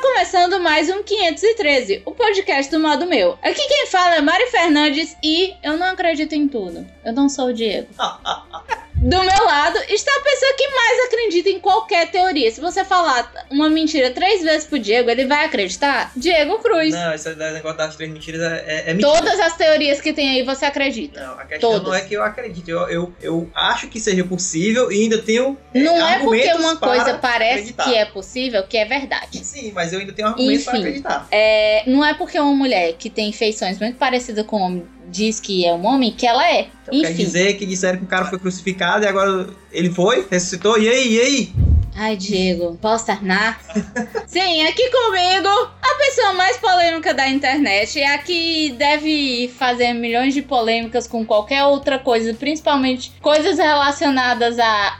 começando mais um 513, o podcast do modo meu. Aqui quem fala é Mari Fernandes e eu não acredito em tudo. Eu não sou o Diego. Do meu lado está a pessoa que mais acredita em qualquer teoria. Se você falar uma mentira três vezes pro Diego, ele vai acreditar? Diego Cruz. Não, esse negócio das três mentiras é, é mentira. Todas as teorias que tem aí você acredita. Não, a questão Todas. não é que eu acredito. Eu, eu, eu acho que seja possível e ainda tenho. Não é porque argumentos uma para coisa parece acreditar. que é possível que é verdade. Sim, mas eu ainda tenho argumento pra Enfim. acreditar. É, não é porque uma mulher que tem feições muito parecidas com um homem diz que é um homem que ela é. Então, quer Enfim. dizer que disseram que o cara foi crucificado e agora ele foi, ressuscitou, e aí, e aí? Ai, Diego, posso tornar? Sim, aqui comigo, a pessoa mais polêmica da internet, é a que deve fazer milhões de polêmicas com qualquer outra coisa, principalmente coisas relacionadas a,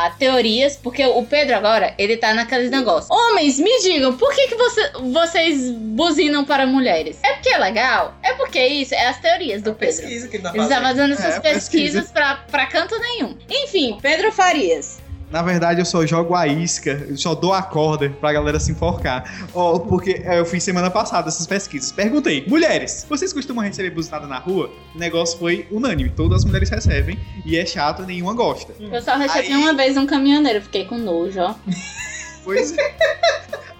a, a teorias, porque o Pedro agora, ele tá naquele negócio. Homens, me digam, por que, que você- vocês buzinam para mulheres? É porque é legal? É porque isso? É as teorias do Pedro. Pesquisa que ele tá Ele tá fazendo. fazendo É, essas pesquisa. pesquisas pra, pra canto nenhum. Enfim, Pedro Farias. Na verdade, eu só jogo a isca, eu só dou a corda pra galera se enforcar. Ó, porque é, eu fiz semana passada essas pesquisas. Perguntei, mulheres, vocês costumam receber buzinada na rua? O negócio foi unânime, todas as mulheres recebem, e é chato, nenhuma gosta. Eu só recebi Aí- uma vez um caminhoneiro, fiquei com nojo, ó. Pois é.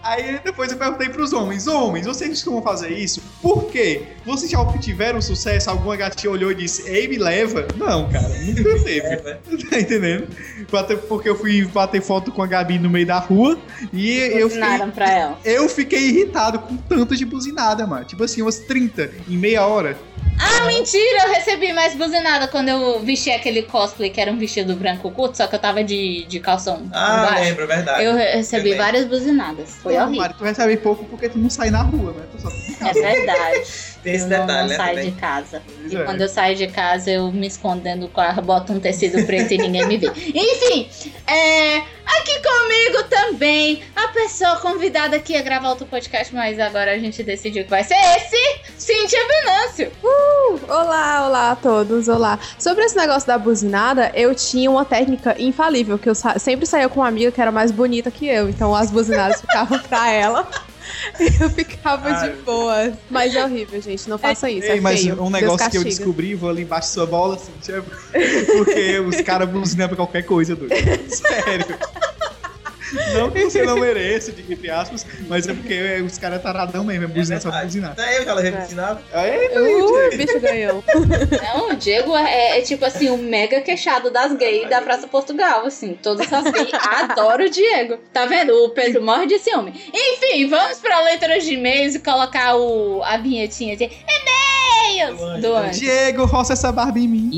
Aí depois eu perguntei pros homens, homens, vocês costumam fazer isso? Por quê? Vocês já obtiveram sucesso? Alguma gatinha olhou e disse, ei, me leva? Não, cara, nunca teve. Tá entendendo? Até porque eu fui bater foto com a Gabi no meio da rua e eu fiquei, Ensinaram pra ela. eu fiquei irritado com tanto de buzinada, mano. Tipo assim, umas 30 em meia hora. Ah, mentira! Eu recebi mais buzinada quando eu vesti aquele cosplay que era um vestido branco curto, só que eu tava de, de calção Ah, baixo. lembro, é verdade. Eu re- recebi Eu lembro. várias buzinadas. Foi Não, horrível. Mário, tu recebe pouco porque tu não sai na rua, né? Tu só fica em É casa. verdade. Tem esse eu não, detalhe, não né? saio também. de casa. Pois E é. quando eu saio de casa, eu me escondo dentro do quarto, boto um tecido preto e ninguém me vê. Enfim, é, aqui comigo também a pessoa convidada que ia gravar outro podcast, mas agora a gente decidiu que vai ser esse, Cintia Venâncio. Olá, olá a todos, olá. Sobre esse negócio da buzinada, eu tinha uma técnica infalível, que eu sa- sempre saía com uma amiga que era mais bonita que eu, então as buzinadas ficavam pra ela. E eu ficava Ai, de boa. Mas é horrível, gente, não faça isso. Ei, é mas feio. um Deus negócio que eu castiga. descobri, vou ali embaixo da sua bola, assim, tipo, porque os caras buzinam pra qualquer coisa, doido. Sério. Não que você não mereça, de entre aspas, mas é porque é, os caras é taradão mesmo, é buzinar só pra verdade. buzinar. Até eu já levei É. buzinada. Aí, Uh, o bicho ganhou. Não, o Diego é, é tipo assim, o mega queixado das gays da Praça Portugal, assim. Todas as gays adoram o Diego. Tá vendo? O Pedro morre de ciúme. Enfim, vamos pra leituras de e-mails e colocar o, a vinhetinha de e-mails Do anjo. do anjo. Diego, roça essa barba em mim.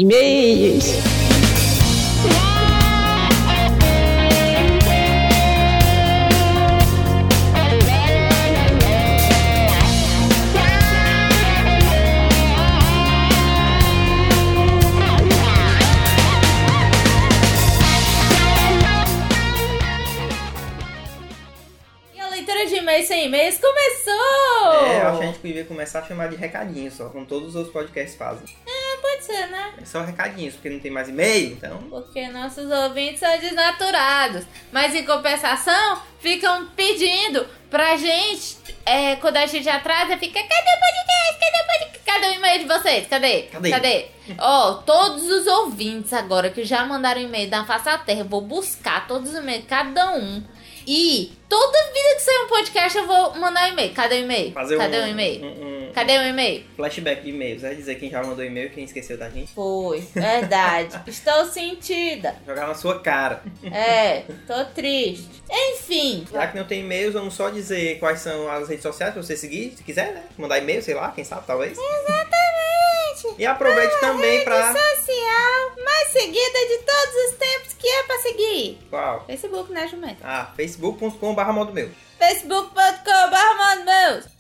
E a leitura de e-mails sem e-mails começou! É, eu acho que a gente podia começar a chamar de recadinho só, como todos os outros podcasts fazem. Pode ser, né? É só recadinhos, porque não tem mais e-mail, então. Porque nossos ouvintes são desnaturados. Mas em compensação, ficam pedindo pra gente. é, quando a gente atrasa, fica: cadê o podcast? Cadê o podcast? Cadê o e-mail de vocês? Cadê? Cadê? Ó, todos os ouvintes agora que já mandaram e-mail da Face à Terra, eu vou buscar todos os e-mails, cada um. E toda vida que sair um podcast, eu vou mandar um e-mail. Cadê o e-mail? Fazer cadê um, o e-mail? um- um- Cadê o e-mail? Flashback de e-mails, é dizer quem já mandou e-mail e quem esqueceu da gente. Foi, verdade. Estou sentida. Jogar na sua cara. É, tô triste. Enfim. Já que não tem e-mails, vamos só dizer quais são as redes sociais pra você seguir, se quiser, né? Mandar e-mail, sei lá, quem sabe, talvez. Exatamente! Ah, E aproveite também pra. Social mais seguida de todos os tempos que é pra seguir. Qual? Facebook, né, Jumento? Ah, facebook.com.br modo meu. facebook.com.br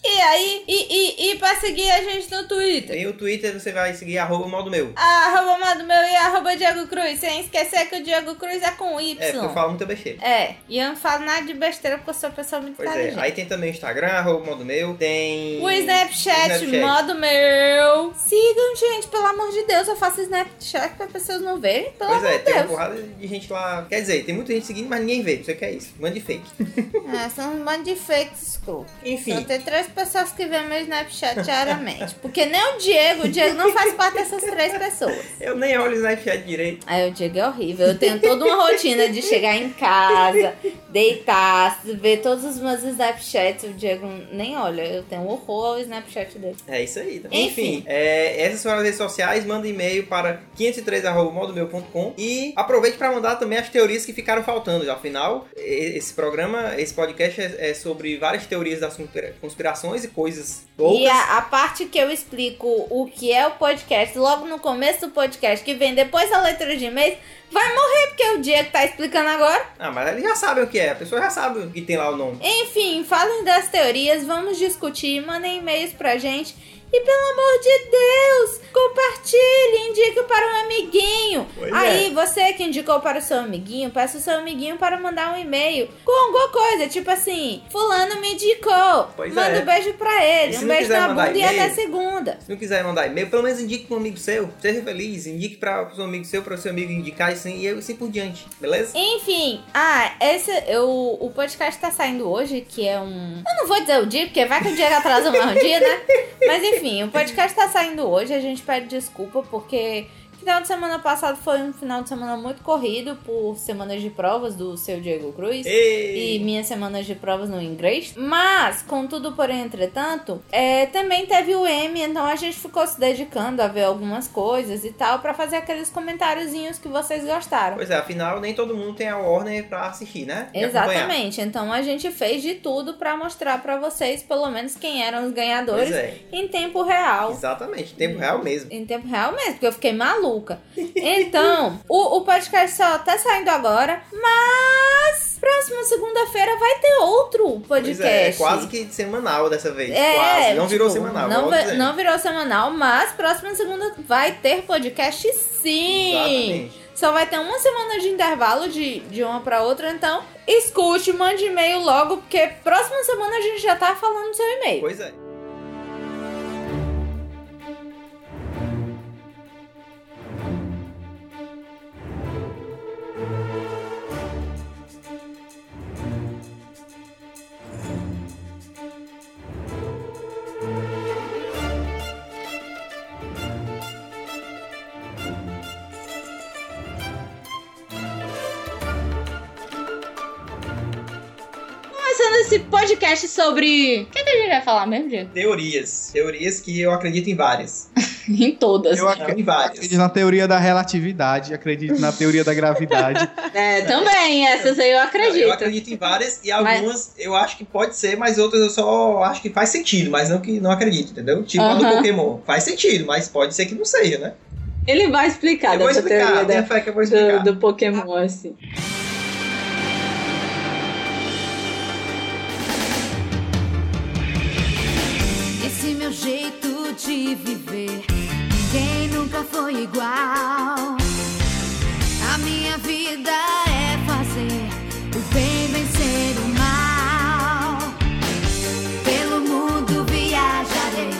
E aí, e, e, e pra seguir a gente no Twitter. Tem o Twitter, você vai seguir arroba modo meu. Arroba Mado Meu e arroba Diego Cruz. Sem esquecer que o Diego Cruz é com Y. É, porque eu falo muita besteira. É, e eu não falo nada de besteira porque eu sou uma pessoa muito Pois inteligente. é. Aí tem também o Instagram, arroba modo meu. Tem. O Snapchat, Snapchat. modo meu. Sigam, gente, pelo amor de Deus. Eu faço Snapchat pra pessoas não verem. Pelo Pois amor é, de tem uma Deus. porrada de gente lá. Quer dizer, tem muita gente seguindo, mas ninguém vê. Você quer isso? Mande fake. É, são um bando de fakes, desculpa. Só Enfim. tem três pessoas que veem meu Snapchat diariamente. Porque nem o Diego, o Diego não faz parte dessas três pessoas. Eu nem olho o Snapchat direito. Aí o Diego é horrível. Eu tenho toda uma rotina de chegar em casa, deitar, ver todos os meus Snapchats. O Diego nem olha. Eu tenho um horror ao Snapchat dele. É isso aí. Então. Enfim. Enfim, é, essas foram as redes sociais. Manda e-mail para 503.modomeu.com e aproveite para mandar também as teorias que ficaram faltando. Afinal, e- esse programa, esse podcast é, é sobre várias teorias das conspira- conspirações e coisas E loucas. a, a parte que eu explico o que é o podcast, logo no começo do podcast, que vem depois da leitura de e-mails, vai morrer, porque o Diego tá explicando agora. Ah, mas eles já sabem o que é. A pessoa já sabe o que tem lá o nome. Enfim, falem das teorias, vamos discutir, mandem e-mails pra gente. E pelo amor de Deus, compartilhe, indique para um amiguinho. Pois é. Aí, você que indicou para o seu amiguinho, peça o seu amiguinho para mandar um e-mail com alguma coisa, tipo assim, fulano me indicou. Pois Manda é. um beijo pra E ele, se um não beijo quiser na mandar bunda e até e-mail? segunda. Se não quiser mandar e-mail, pelo menos indique pra um amigo seu. Seja feliz, indique para o seu amigo seu, para o seu amigo indicar e assim, e assim por diante, beleza? Enfim, ah, esse, eu, o podcast tá saindo hoje, que é um. Eu não vou dizer o dia, porque vai que o Diego atrasa mais um dia, né? Mas enfim, o podcast tá saindo hoje, a gente pede desculpa, porque final de semana passado foi um final de semana muito corrido por semanas de provas do seu Diego Cruz. Ei! E minhas semanas de provas no inglês. Mas, contudo, porém, entretanto, é, também teve o M, então a gente ficou se dedicando a ver algumas coisas e tal, pra fazer aqueles comentáriozinhos que vocês gostaram. Pois é, afinal, nem todo mundo tem a Warner pra assistir, né? E acompanhar. Exatamente. Então a gente fez de tudo pra mostrar pra vocês, pelo menos, quem eram os ganhadores Pois é, em tempo real. exatamente. Tempo real mesmo. Em tempo real mesmo, porque eu fiquei maluca. Então, o, o podcast só tá saindo agora, mas próxima segunda-feira vai ter outro podcast. Pois é, é quase que semanal dessa vez. É, quase. Não tipo, virou semanal. Não, volto vi- dizendo. não virou semanal, mas próxima segunda vai ter podcast sim. Exatamente. Só vai ter uma semana de intervalo de, de uma pra outra, então escute, mande e-mail logo, porque próxima semana a gente já tá falando seu e-mail. Pois é. Começando esse podcast sobre. O que, é que a gente vai falar mesmo, Diego? Teorias. Teorias que eu acredito em várias. em todas. Eu Não, ac- em várias. acredito na teoria da relatividade, acredito na teoria da gravidade. É, também, essas aí eu Não, acredito. Eu acredito em várias e Mas- algumas eu acho que pode ser, mas outras eu só acho que faz sentido, mas não que não acredito, entendeu? Tipo a do Aham. Pokémon. Faz sentido, mas pode ser que não seja, né? Ele vai explicar eu vou explicar, tenha fé é que eu vou explicar. Pokémon, assim. Esse meu jeito de viver, ninguém nunca foi igual. A minha vida é fazer o bem vencer o mal. Pelo mundo viajarei.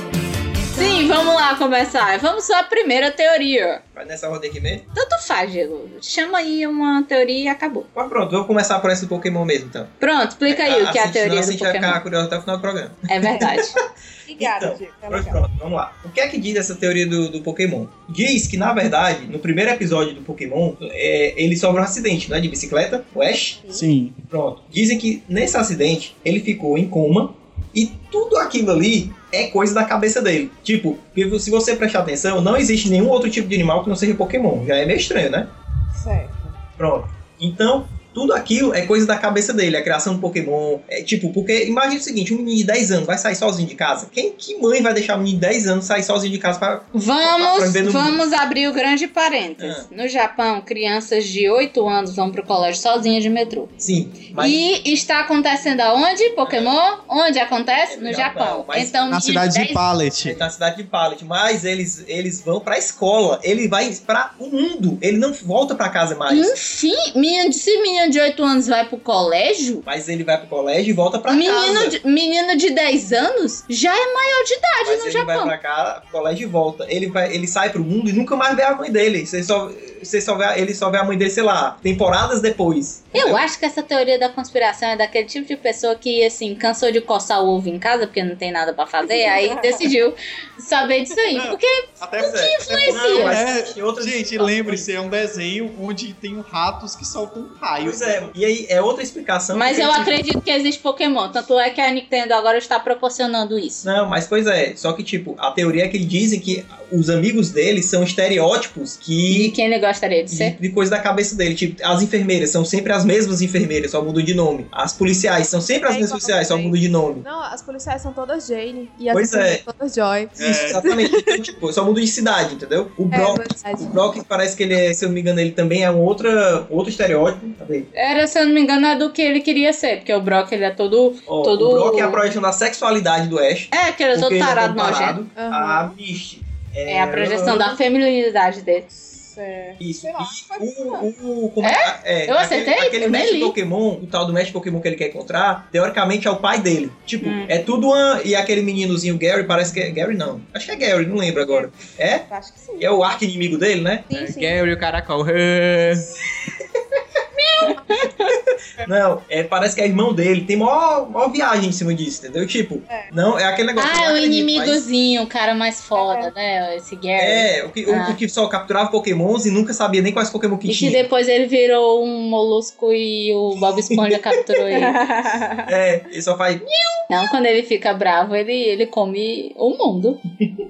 Sim, vamos lá começar. Vamos só a primeira teoria. Vai nessa ordem aqui mesmo. Tanto faz, Diego. Chama aí uma teoria e acabou. Mas pronto, vou começar por essa do Pokémon mesmo, então. Pronto, explica aí o que é a Cintia- teoria do assim, senão Cintia vai Pokémon. ficar curiosa até o final do programa. É verdade. Então, Pronto, pronto, vamos lá. O que é que diz essa teoria do, do Pokémon? Diz que, na verdade, no primeiro episódio do Pokémon, é, ele sofre um acidente, né? De bicicleta, o Ash. Sim. Pronto. Dizem que nesse acidente ele ficou em coma e tudo aquilo ali é coisa da cabeça dele. Tipo, se você prestar atenção, não existe nenhum outro tipo de animal que não seja Pokémon. Já é meio estranho, né? Certo. Pronto. Então, Tudo aquilo é coisa da cabeça dele, a criação do Pokémon. É tipo, porque imagina o seguinte: um menino de 10 anos vai sair sozinho de casa. Quem que mãe vai deixar um menino de 10 anos sair sozinho de casa pra. Pra Vamos, aprender no vamos abrir o grande Ah. parênteses. No Japão, crianças de 8 anos vão pro colégio sozinhas de metrô. Sim, mas. E está acontecendo aonde? Pokémon? Onde acontece? É no No Japão, Japão. mas Então, Na menino cidade de 10 Pallet. tá Na cidade de Pallet, mas eles, eles vão pra escola, ele vai pra o mundo, ele não volta pra casa mais. Hum? Enfim, menino de, se menino de 8 anos vai pro colégio, Mas ele vai pro colégio e volta pra casa. menino tá de, menino de 10 anos já é maior de idade Mas no ele vai Japão. pra cá, colégio e volta. Ele, vai, ele sai pro mundo e nunca mais vê a mãe dele. Você só, você só vê, ele só vê a mãe dele, sei lá, temporadas depois. Eu acho que essa teoria da conspiração é daquele tipo de pessoa que, assim, cansou de coçar o ovo em casa porque não tem nada pra fazer, aí decidiu saber disso aí. Porque Até Pois é. influencia. É. mas tem outras Gente, explicações. lembre-se, é um desenho onde tem ratos que soltam raios. Pois é. E aí é outra explicação. Mas porque, eu tipo, acredito que existe Pokémon, tanto é que a Nintendo agora está proporcionando isso. Não, mas pois é. Só que, tipo, a teoria é que dizem que os amigos dele são estereótipos E que. quem ele gostaria de De, ser? de coisa da cabeça dele. Tipo, as enfermeiras são sempre as mesmas enfermeiras, só mudam de nome. As policiais são sempre as É mesmas igual policiais, só também. mudam de nome. Não, as policiais são todas Jane e as Pois enfermeiras é. são todas Joy. Isso, exatamente. Então, tipo, só mudam de cidade, entendeu? O É, Brock O verdade. Brock parece que ele é, se eu não me engano, ele também é um outra, outro estereótipo. tá Cadê? Era, se eu não me engano, é do que ele queria ser, porque o Brock ele é todo. Ó, Todo- O Brock é a projeção da sexualidade do Ash. É, aquele porque todo ele é tarado nojento. comparado Ah. Uhum. A Aham. Misty. É a projeção da feminilidade dele. Isso. Sei lá, E pode ser. o, o, como é? Eu acertei? Aquele, aquele Eu nem mestre li. Pokémon, o tal do mestre Pokémon que ele quer encontrar, teoricamente é o pai dele. Tipo, Hum. é tudo uma. E aquele meninozinho Gary, parece que é. Gary não. Acho que é Gary, não lembro agora. É? Acho que sim. É o arco inimigo dele, né? É, Sim, sim. Gary, o caracol. Não, é, parece que é irmão dele. Tem mó, mó viagem em cima disso, entendeu? Tipo, não, é aquele negócio. eu Ah, não é o acredito, mas- inimigozinho, o cara mais foda, né? Esse Gary. É, o que, o- Ah. o que só capturava pokémons e nunca sabia nem quais pokémon que E que tinha. depois ele virou um molusco e o Bob Esponja capturou ele. É, ele só faz... Não, quando ele fica bravo, ele, ele come o mundo.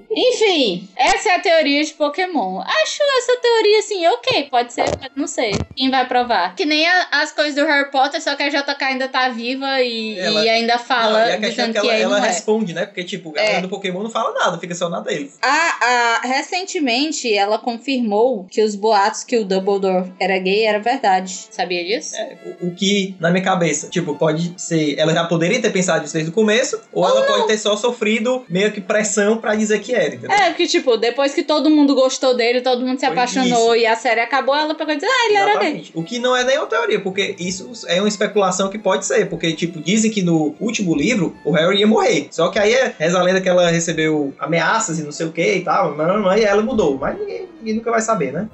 Enfim, essa é a teoria de Pokémon. Acho essa teoria assim, ok, pode ser, mas não sei. Quem vai provar? Que nem a- as coisas do Harry Potter, só que a JK ainda tá viva e, Ela- e ainda Não, e fala a questão é dizendo que que, ela, ele ela não é. responde, né? Porque, tipo, a galera É. do Pokémon não fala nada, fica só na dele. A, a- recentemente, ela confirmou que os boatos que o Dumbledore era gay era verdade. Sabia disso? É, o, o que, na minha cabeça, tipo, pode ser... Ela já poderia ter pensado isso desde o começo, ou ela pode ter só sofrido meio que pressão pra dizer que era, entendeu? É, porque, tipo, depois que todo mundo gostou dele, todo mundo se Foi apaixonou e a série acabou, ela pegou e disse, ah, ele era gay. Exatamente. O que não é nenhuma teoria, porque isso é uma especulação que pode ser, porque, tipo, dizem que no último livro o Harry ia morrer. Só que aí é reza a lenda que ela recebeu ameaças e não sei o que e tal, não, não, não, e ela mudou. Mas ninguém, ninguém nunca vai saber, né?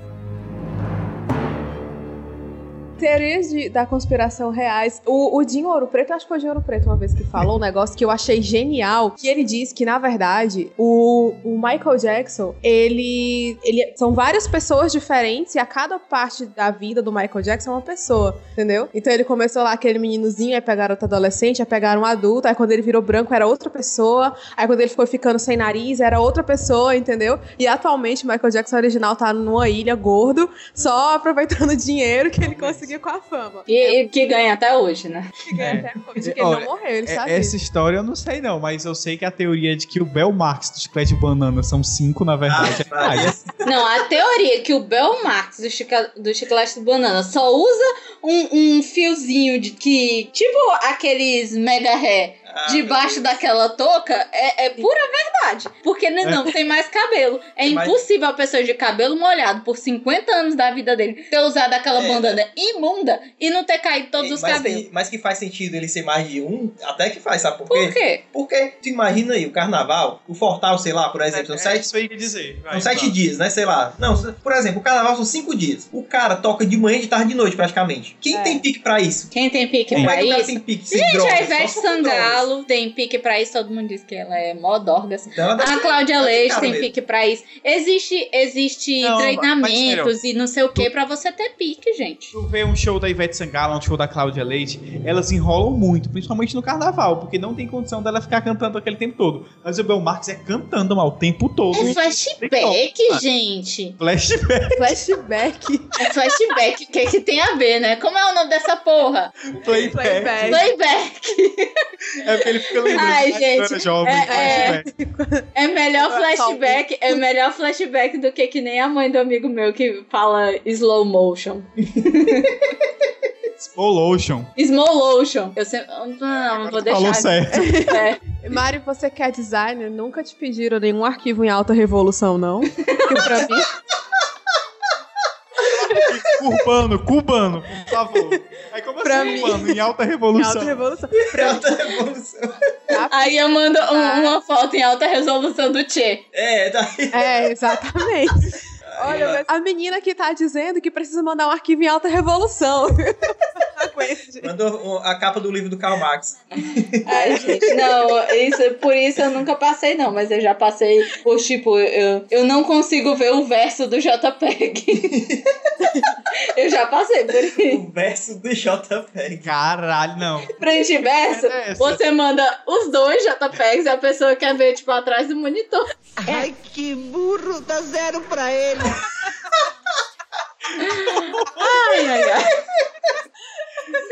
Teorias de- da conspiração reais. O, o Jim Ouro Preto, eu acho que foi o Jim Ouro Preto uma vez que falou um negócio que eu achei genial. Que ele diz que, na verdade, o, o Michael Jackson, ele, ele. São várias pessoas diferentes e a cada parte da vida do Michael Jackson é uma pessoa, entendeu? Então ele começou lá aquele meninozinho, aí pegaram outro adolescente, aí pegaram um adulto, aí quando ele virou branco era outra pessoa, aí quando ele ficou ficando sem nariz era outra pessoa, entendeu? E atualmente o Michael Jackson original tá numa ilha gordo só aproveitando o dinheiro que ele conseguiu com a fama. E, e é que ganha até hoje, né? Ele É. até hoje, que ele Olha, não morreu, ele É, está essa vivo. história eu não sei não, mas eu sei que a teoria é de que o Belmarx do chiclete de banana são cinco, na verdade, é Ah, falha. Não, a teoria é que o Bel Marx do, chica, do Chiclete de Banana só usa um, um fiozinho de que. Tipo aqueles mega ré debaixo daquela touca é, é pura verdade. Porque ele não tem mais cabelo. É Tem mais- impossível a pessoa de cabelo molhado por 50 anos da vida dele ter usado aquela É. bandana imunda e não ter caído todos os mas cabelos. Que, mas que faz sentido ele ser mais de um, até que faz, sabe por Por quê? quê? Porque, tu imagina aí, o carnaval, o Fortal, sei lá, por exemplo, são É, sete É isso aí que dizer. vai, São sete vai. dias, né? Sei lá. Não, por exemplo, o carnaval são cinco dias. O cara toca de manhã, de tarde e de noite, praticamente. Quem É. tem pique pra isso? Quem tem pique Como pra é que o cara isso? tem pique? Gente, a Ivete Sangalo Galo tem pique pra isso, todo mundo diz que ela é mó dorgas. Então ela tá deve A ser- Cláudia Leite cara tem mesmo. pique pra isso. Existe, existe Não, treinamentos e não sei o que pra você ter pique, gente. Tu vê um show da Ivete Sangalo, um show da Cláudia Leite, elas enrolam muito, principalmente no carnaval, porque não tem condição dela ficar cantando aquele tempo todo. Mas o Bel Marques é cantando mal o tempo todo. É flashback, TikTok, gente. Flashback. Flashback. É flashback. O que, que tem a ver, né? Como é o nome dessa porra? Playback. Playback. Playback. É porque ele fica lembrando. Ai, quando era gente, Jovem, é- flashback. É melhor Agora, flashback. É melhor flashback do que que nem a mãe do amigo meu que fala slow motion. Slow lotion. Small motion. Eu sempre. Não, não vou Falou deixar. certo. É. Mari, você que é designer, nunca te pediram nenhum arquivo em alta revolução, não? Porque pra mim, Urbano, cubano, por favor. Aí como Pra assim, mim- cubano? Em alta em revolução. alta revolução. Alta revolução. Aí eu mando um- uma foto em alta resolução do Tchê. É, tá. daí. É, exatamente. Olha, mas a menina que tá dizendo que precisa mandar um arquivo em alta revolução. Não aguento, gente. Mandou a capa do livro do Karl Marx. Ai, gente, não, isso, por isso eu nunca passei, não, mas eu já passei por tipo, eu, eu não consigo ver o verso do JPEG. eu já passei por isso. O verso do JPEG. Caralho, não. Frente e verso, É essa. você manda os dois JPEGs e a pessoa quer ver, tipo, atrás do monitor. Ai, que burro! Dá zero pra ele! Ai, ai, ai.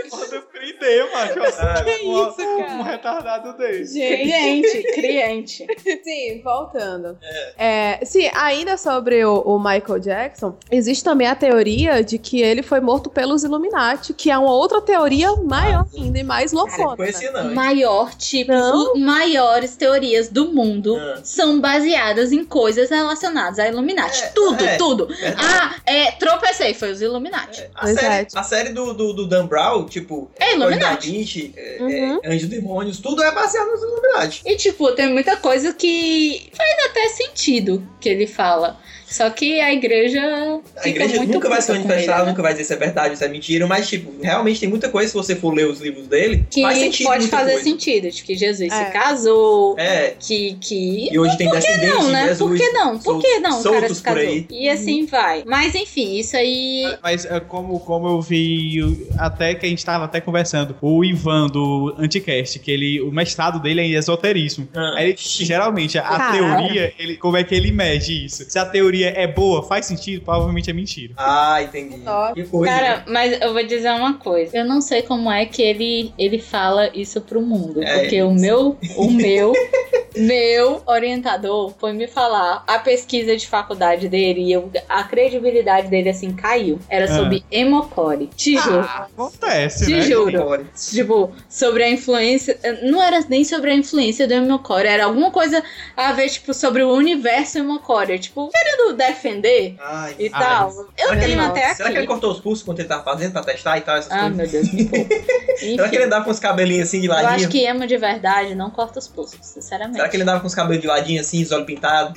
Pode prender, macho. Que Um- isso, cara? Um retardado desse. Gente. Cliente, cliente. Sim, voltando. É, sim, ainda sobre o, o Michael Jackson, existe também a teoria de que ele foi morto pelos Illuminati, que é uma outra teoria maior ainda e mais Não loucona. conhecia, não. hein? Maior, tipo, Não. os maiores teorias do mundo Ah. são baseadas em coisas relacionadas a Illuminati. É, tudo, é. tudo. Verdade. Ah, é, tropecei, foi os Illuminati. A Pois série, é. a série do, do, do Dan Brown, tipo, É Código da Illuminati. Vinci, é, Uhum. é, Anjo Demônios, tudo é baseado nos Illuminati. E, tipo, tem muita coisa que faz até sentido que ele fala. Só que a igreja. A fica igreja muito nunca vai se puta com manifestar, ele, né? nunca vai dizer se é verdade, se é mentira, mas, tipo, realmente tem muita coisa, se você for ler os livros dele, Que faz sentido. pode muita fazer coisa. sentido, de que Jesus É. se casou, É, que. que... e hoje tem descendentes Não, de né? Por Jesus. que não? Por sol- que não? O cara soltos se por casou. aí. E assim vai. Mas enfim, isso aí. Mas é, como, como eu vi, eu- até que a gente tava até conversando, o Ivan do Anticast, que ele, o mestrado dele é em esoterismo. Ah. Aí, geralmente, a Caraca. teoria, ele, como é que ele mede isso? Se a teoria é boa, faz sentido, provavelmente é mentira. Ah, entendi. Nossa. Que coisa. né? Cara, é. mas eu vou dizer uma coisa. Eu não sei como é que ele, ele fala isso pro mundo. É. Porque o meu, o meu, meu orientador foi me falar a pesquisa de faculdade dele e eu- a credibilidade dele assim caiu. Era Ah. sobre hemocore. Te juro. Acontece, Te né? juro. Glória. Tipo, sobre a influência. Não era nem sobre a influência do hemocore, era alguma coisa a ver, tipo, sobre o universo hemocore. Tipo, querendo defender Ai, e Ah, tal. Eu será que ele- tenho até Será que ele aqui. cortou os pulsos quando ele tava fazendo pra testar e tal? Essas Ah, coisas? meu Deus, me poupa. Será que ele Enfim, andava com os cabelinhos assim de eu acho ladinho? que emo de verdade não corta os pulsos, sinceramente. Será que ele andava com os cabelos de ladinho assim, os olhos pintados?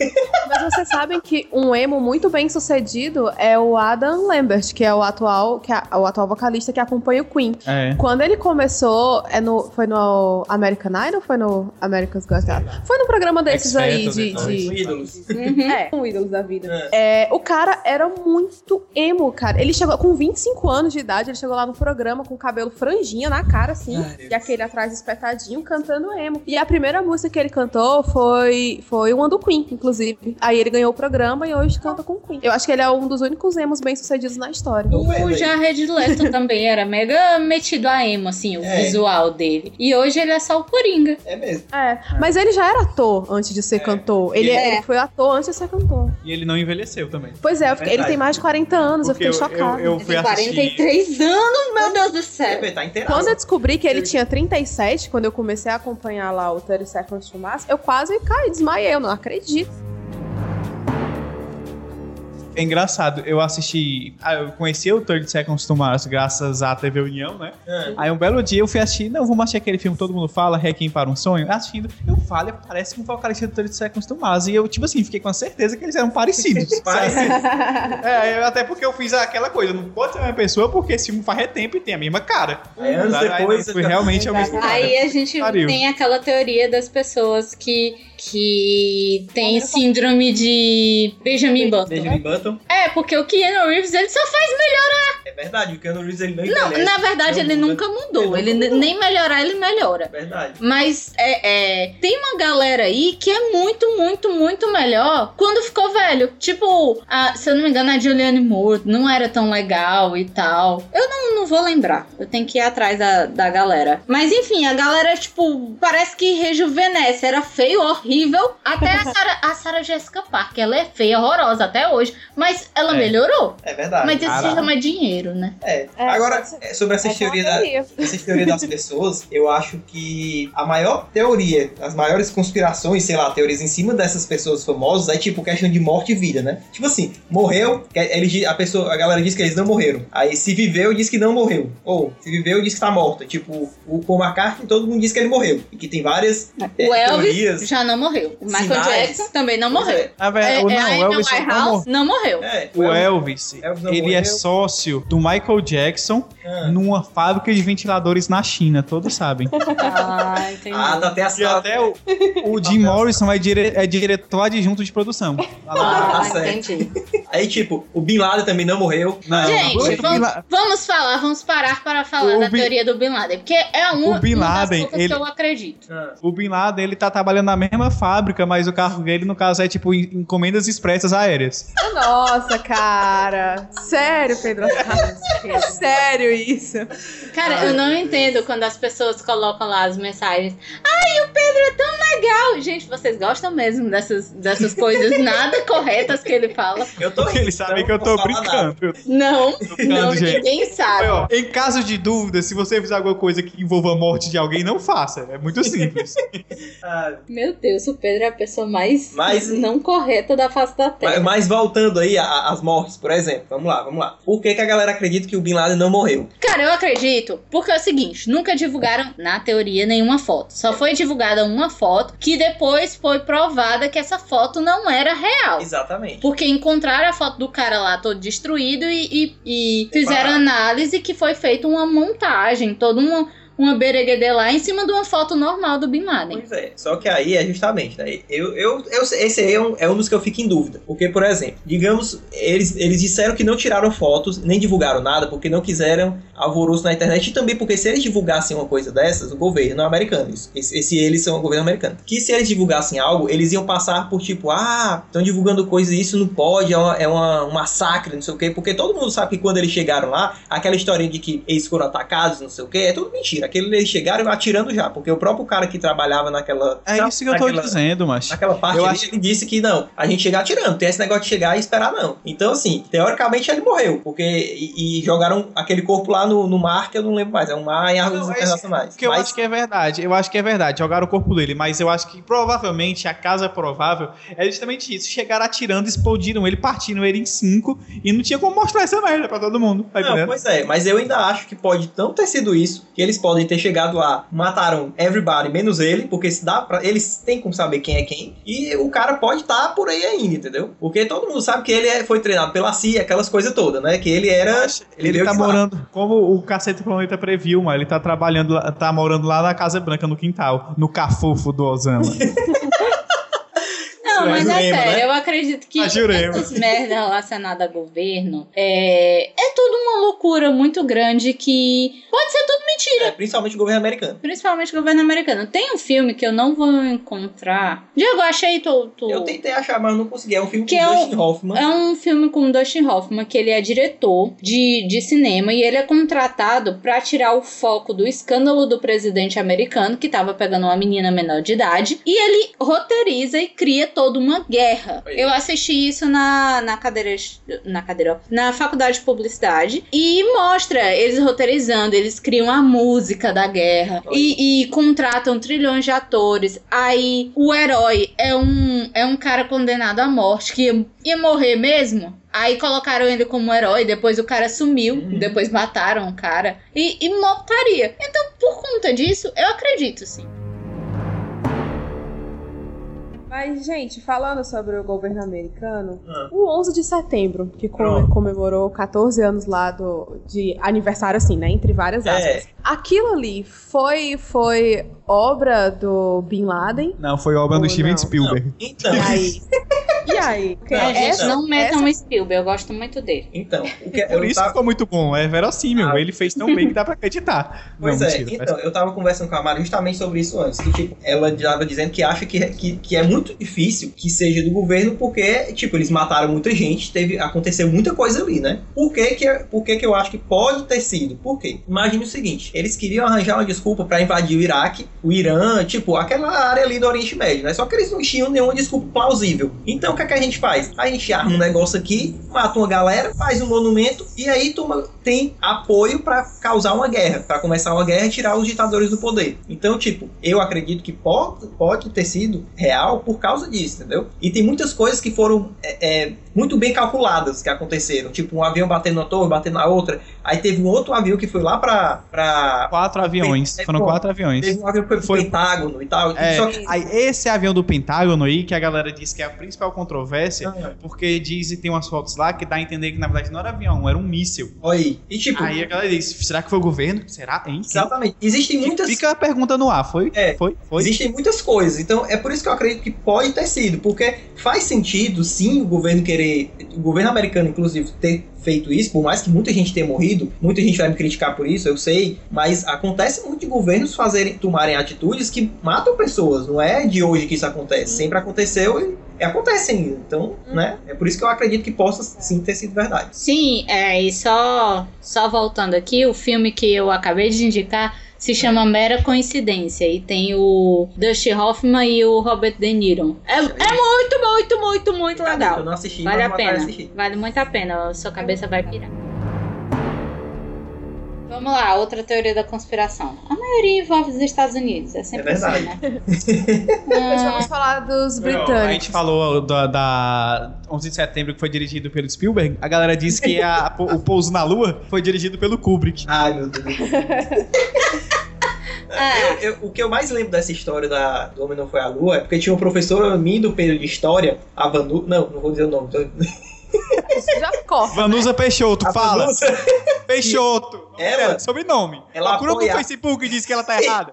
Mas vocês sabem que um emo muito bem sucedido é o Adam Lambert, que é o atual, que é o atual vocalista que acompanha o Queen. É. Quando ele começou, é no, foi no American Idol ou foi no America's Got Talent? Foi no programa desses aí X-Factor, de- então, de, isso. ídolos. Uhum. É. Um ídolos da vida. É. É, o cara era muito emo, cara. Ele chegou com 25 anos de idade, ele chegou lá no programa com o cabelo franjinha na cara, assim. Ai, Deus. e aquele atrás espetadinho cantando emo. E a primeira música que ele cantou foi, foi uma do Queen, inclusive. Aí ele ganhou o programa e hoje canta com o Queen. Eu acho que ele é um dos únicos emos bem-sucedidos na história. Tô vendo O aí. Jared Leto também era mega metido a emo, assim, o É. visual dele. E hoje ele é só o Coringa. É mesmo. É, mas ele já era ator antes de ser cantor. Ele, É. ele foi ator antes de ser cantor. E ele não envelheceu também. Pois é, eu fiquei- ele Verdade. tem mais de 40 anos, Porque eu eu, fiquei chocada. eu, eu fui Tem assistir... 43 anos, meu Deus do É, céu. tá inteirado. Quando eu descobri que ele tinha 37, quando eu comecei a acompanhar lá o 30 Seconds to Mars, eu quase caí, desmaiei, eu não acredito. É engraçado, eu assisti. ah, Eu conheci o 30 Seconds to Mars graças à TV União, né? Ah. É. Aí um belo dia eu fui assistir, não, vamos assistir aquele filme Todo Mundo Fala, Requiem para um Sonho. Assistindo, eu falo, parece um vocalista do 30 Seconds to Mars. E eu, tipo assim, fiquei com a certeza que eles eram parecidos. sabe? Parece- É, eu- até porque eu fiz aquela coisa, não pode ser a mesma pessoa porque esse filme faz tempo e tem a mesma cara. Aí, É, anos Aí, aí, depois, é foi realmente a mesma cara. Aí a gente Pariu. tem aquela teoria das pessoas que, que tem síndrome de Benjamin Button. Benjamin Button. É, porque o Keanu Reeves ele só faz É verdade, o Keanu Reeves ele não Não, envelhece. na verdade, Não ele muda. nunca mudou. Ele Ele, nunca ne- nem melhorar, ele melhora. É verdade. Mas é, é, tem uma galera aí que é muito, muito, muito melhor quando ficou velho. Tipo, a- se eu não me engano, a Julianne Moore não era tão legal e tal. Eu não, não vou lembrar. Eu tenho que ir atrás da, da galera. Mas enfim, a galera, tipo, parece que rejuvenesce. Era feio, horrível. Até a Sarah, a Sarah Jessica Parker. Ela é feia, horrorosa até hoje. Mas ela É. melhorou. É verdade. Mas isso se caralho. chama dinheiro, né? É. É, Agora, pode ser. é, sobre essa Essa é uma teoria, da, teoria. essa teoria das pessoas, eu acho que a maior teoria, as maiores conspirações, sei lá, teorias em cima dessas pessoas famosas, é tipo questão de morte e vida, né? Tipo assim, morreu, que eles di- a, pessoa, a galera diz que eles não morreram. Aí se viveu, diz que não morreu. Ou se viveu, diz que tá morta. Tipo, o Paul McCartney, todo mundo diz que ele morreu. E que tem várias é, O Elvis teorias. já não morreu. O Michael Sinais. Jackson também não morreu. Ah, velho, É, ou é, não, a o Elvis não Amy Winehouse morreu. não morreu. É, O Elvis, Elvis não ele é morreu. sócio do Michael Jackson Ah. numa fábrica de ventiladores na China, todos sabem. Ah, entendi. Ah, tá até a E sala. até o, o Tá Jim Morrison é, dire, é diretor adjunto de produção. Ah, Ah, tá certo. Então, entendi. Aí, tipo, o Bin Laden também não morreu. Não, Gente, o Bin vamos, La- vamos falar, vamos parar para falar O da Bin- teoria do Bin Laden, porque é uma, O Bin uma das Laden, poucas ele- que eu acredito. o Bin Laden, ele tá trabalhando na mesma fábrica, mas o carro dele, no caso, é tipo en- encomendas expressas aéreas. Nossa, cara. Sério, Pedro Oscar. Sério isso. Cara, Ai, eu não meu entendo quando as pessoas colocam lá as mensagens. Ai, o Pedro é tão legal! Gente, vocês gostam mesmo dessas, dessas coisas nada corretas que ele fala? Eu tô Porque rindo, eles sabem então que eu não tô vou falar nada. brincando. Não, não, gente. ninguém sabe. Aí, ó, em caso de dúvida, se você fizer alguma coisa que envolva a morte de alguém, não faça. É muito simples. Ah, Meu Deus, o Pedro é a pessoa mais, Mas- não correta da face da mas, Terra. mas voltando aí a- às mortes, por exemplo. Vamos lá, vamos lá. Por que, que a galera acredita que o Bin Laden não morreu? Cara, eu acredito, porque é o seguinte, nunca divulgaram, na teoria, nenhuma foto. Só foi divulgada uma foto que depois foi provada que essa foto não era real. Exatamente. Porque encontraram a foto do cara lá todo destruído e, e- e fizeram Preparado. análise que foi feita uma montagem, toda uma, uma bereguedê lá em cima de uma foto normal do Bin Laden. Pois é. Só que aí é justamente, né? Eu, eu, eu- esse aí é um, é um dos que eu fico em dúvida. Porque, por exemplo, digamos, eles, eles disseram que não tiraram fotos, nem divulgaram nada, porque não quiseram alvoroço na internet. E também porque se eles divulgassem uma coisa dessas, o governo americano, isso- esse, esse eles são o governo americano, que se eles divulgassem algo, eles iam passar por tipo, ah, estão divulgando coisa e isso não pode, é, uma, é uma- um massacre, não sei o quê. Porque todo mundo sabe que quando eles chegaram lá, aquela historinha de que eles foram atacados, não sei o quê, é tudo mentira. Aquele eles chegaram atirando já, porque o próprio cara que trabalhava naquela. É isso que eu tô naquela- dizendo, macho. Naquela parte Eu ali, acho- ele disse que não, a gente chegar atirando, tem esse negócio de chegar e esperar não. Então, assim, teoricamente ele morreu, porque. E, e jogaram aquele corpo lá no, no mar, que eu não lembro mais, é um mar em águas Não, é isso- internacionais. Porque eu Mas- acho que é verdade, eu acho que é verdade, jogaram o corpo dele, mas eu acho que provavelmente a casa provável é justamente isso. Chegaram atirando, explodiram ele, partiram ele em cinco e não tinha como mostrar essa merda pra todo mundo, tá Não, entendendo? pois é, mas eu ainda acho que pode não ter sido isso, que eles podem ter chegado lá, mataram everybody, menos ele, porque se dá para eles têm como saber quem é quem, e o cara pode estar por aí ainda, entendeu? Porque todo mundo sabe que ele é- foi treinado pela CIA, aquelas coisas todas, né? Que ele era Ele, veio tá de lá. morando, como o Cacete Planeta previu, mano, ele tá trabalhando, lá- tá morando lá na Casa Branca, no quintal, no cafofo do Osama. Não, É, mas é jurema, sério, né? eu acredito que A jurema. essas merdas relacionadas a governo é, é tudo uma loucura muito grande que pode ser tudo mentira. É, principalmente o governo americano. Principalmente governo americano. Tem um filme que eu não vou encontrar. Diego, achei tu. tu- Eu tentei achar, mas não consegui. É um filme Que com é Dustin Hoffman. É um filme com o Dustin Hoffman, que ele é diretor de, de cinema e ele é contratado pra tirar o foco do escândalo do presidente americano, que tava pegando uma menina menor de idade, e ele roteiriza e cria toda uma guerra. Aí. Eu assisti isso na, na cadeira. Na cadeira. ó, Na faculdade de publicidade. E mostra eles roteirizando, eles criam a música da guerra Aí. e, e contratam trilhões de atores. Aí o herói é um, é um cara condenado à morte que ia, ia morrer mesmo. Aí colocaram ele como herói, depois o cara sumiu, Uhum. depois mataram o cara. E, e mó putaria. Então, por conta disso, eu acredito, sim. Mas, gente, falando sobre o governo americano, Ah. o 11 de setembro, que come- Pronto. comemorou 14 anos lá do, de aniversário, assim, né? Entre várias É. aspas. Aquilo ali foi, foi obra do Bin Laden. Não, foi obra Ou do Steven não. Spielberg. Então, E aí? e aí? é Porque Não, então, Não, gente, essa- É, não metam o Spielberg, eu gosto muito dele. então, o que Por eu isso tava- ficou muito bom. É verossímil. Ah. Ele fez tão bem que dá pra acreditar. Pois não, é, mentira, então, eu tava conversando com a Mari justamente sobre isso antes, que, tipo, ela tava dizendo que acha que, que, que é muito difícil que seja do governo, porque, tipo, eles mataram muita gente, teve, aconteceu muita coisa ali, né? Por que que, por que que eu acho que pode ter sido? Por quê? Imagine o seguinte, eles queriam arranjar uma desculpa pra invadir o Iraque, o Irã, tipo, aquela área ali do Oriente Médio, né? Só que eles não tinham nenhuma desculpa plausível. Então, o que, é que a gente faz? A gente arma Hum. um negócio aqui, mata uma galera, faz um monumento e aí toma, tem apoio pra causar uma guerra, pra começar uma guerra e tirar os ditadores do poder. Então, tipo, eu acredito que pode, pode ter sido real por causa disso, entendeu? E tem muitas coisas que foram é, é, muito bem calculadas que aconteceram. Tipo, um avião batendo na torre, batendo na outra. Aí teve um outro avião que foi lá pra. pra Quatro aviões. Foi- Foram foi- quatro aviões. teve um avião que foi pro Foi- Pentágono e tal. É, Só que. aí, esse avião do Pentágono aí, que a galera diz que é a principal controvérsia, porque diz e tem umas fotos lá que dá a entender que na verdade não era avião, era um míssil. Olha aí. E tipo. Aí a galera diz: será que foi o governo? Será? Hein? Exatamente. Existem muitas. Fica a pergunta no ar, foi? É, Foi? Foi? Existem muitas coisas, então é por isso que eu acredito que pode ter sido, porque faz sentido sim o governo querer, o governo americano inclusive ter feito isso, por mais que muita gente tenha morrido, muita gente vai me criticar por isso, eu sei, mas acontece muito de governos fazerem, tomarem atitudes que matam pessoas, não é de hoje que isso acontece, Uhum. sempre aconteceu e acontece ainda, então, né, é por isso que eu acredito que possa sim ter sido verdade. Sim, é, e só, só voltando aqui, o filme que eu acabei de indicar se chama Mera Coincidência e tem o Dustin Hoffman e o Robert De Niro. É, é muito, muito, muito, muito Eu legal. não assisti, Vale mas a vou atrás pena, de assistir. vale muito a pena, sua cabeça vai pirar. Vamos lá, outra teoria da conspiração. A maioria envolve os Estados Unidos, é sempre É assim, verdade. né? Mas vamos falar dos Não, a gente britânicos. falou da, da 11 de setembro que foi dirigido pelo Spielberg. A galera diz que a- o pouso na lua foi dirigido pelo Kubrick. Ai, meu Deus. Ah, Eu- o que eu mais lembro dessa história da, do Homem Não Foi à Lua é porque tinha uma professora minha do período de história, a Vanu. Não, não vou dizer o nome. Já corta. Vanusa Peixoto, A fala. Vanusa, Peixoto. Ela- Sobrenome. ela Procura apoia- no Facebook e diz que ela tá errada.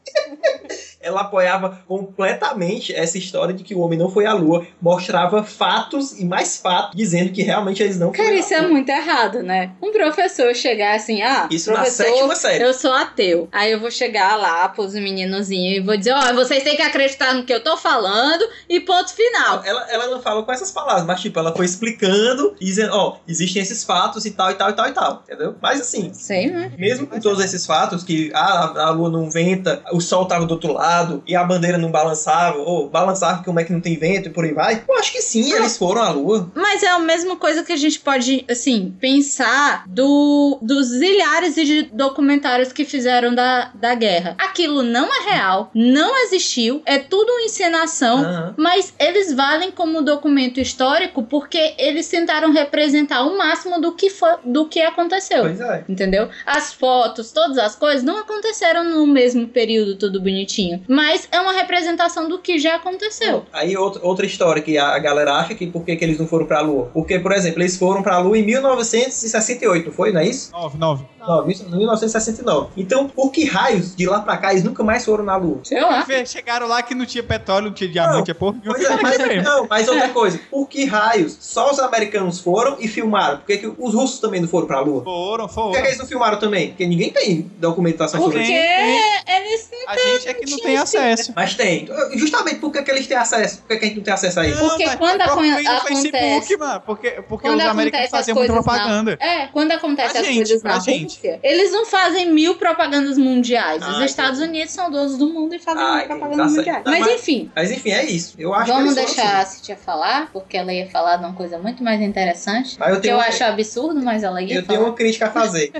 ela apoiava completamente essa história de que o Homem Não Foi à Lua, mostrava fatos e mais fatos dizendo que realmente eles não cara, foram à isso é Lua. muito errado, né? Um professor chegar assim, ah, Isso na professor, sétima série. Eu sou ateu. Aí eu vou chegar lá pros meninozinhos e vou dizer, ó, vocês têm que acreditar no que eu tô falando e ponto final. Ela, ela não falou com essas palavras, mas tipo, ela foi explicando, e dizendo, ó, existem esses fatos e tal, e tal, e tal, e tal, entendeu? Mas assim, Sei, né? Mesmo com todos esses fatos, que ah, a, a lua não venta, o sol tava do outro lado, e a bandeira não balançava, ou balançava como é que não tem vento e por aí vai, eu acho que sim, eles foram à lua. Mas é a mesma coisa que a gente pode, assim, pensar do, dos milhares de documentários que fizeram da, da guerra. Aquilo não é real, não existiu, é tudo uma encenação. Aham. Mas eles valem como documento histórico porque eles tentaram representar o máximo do que, foi, do que aconteceu. Pois é. Entendeu? As fotos, todas as coisas não aconteceram no mesmo período, tudo bonitinho. Mas é uma representação do que já aconteceu. Aí outra, outra história que a, a galera acha que por que, que eles não foram pra lua? Porque, por exemplo, eles foram pra lua em 1968, não foi? Não é isso? 9, 9. Não, isso- 1969. Então, por que raios de lá pra cá eles nunca mais foram na lua? Sei lá. Chegaram lá que não tinha petróleo, não tinha diamante, é porra. nenhuma. Pois é, mas, Sério mesmo. não, mas outra coisa, por que raios só os americanos foram e filmaram? Por que, que os russos também não foram pra lua? Por Foram, que, foram. que eles não filmaram também? Porque ninguém tem documentação Por sobre Porque isso. eles. A gente é que não tem acesso. Mas tem. Justamente por que, que eles têm acesso? Por que, que a gente não tem acesso a isso? Porque mas quando procura aí acon- acontece- Facebook, mano. Porque, porque Quando os americanos acontece as faziam muita coisas na- propaganda. É, quando acontece Pra as gente, coisas pra na gente. Rússia, eles não fazem mil propagandas mundiais. Os Ah, Estados Unidos são donos do mundo e fazem Ah, mil entendi, propagandas tá mundiais. certo. Mas Mas- enfim, Mas enfim, é isso. Eu acho vamos que eles deixar foram assim. a Cintia falar, porque ela ia falar de uma coisa muito mais interessante. assim. Mas eu Que tenho, eu uma, acho absurdo, mas ela ia eu um falar. tenho uma crítica a fazer.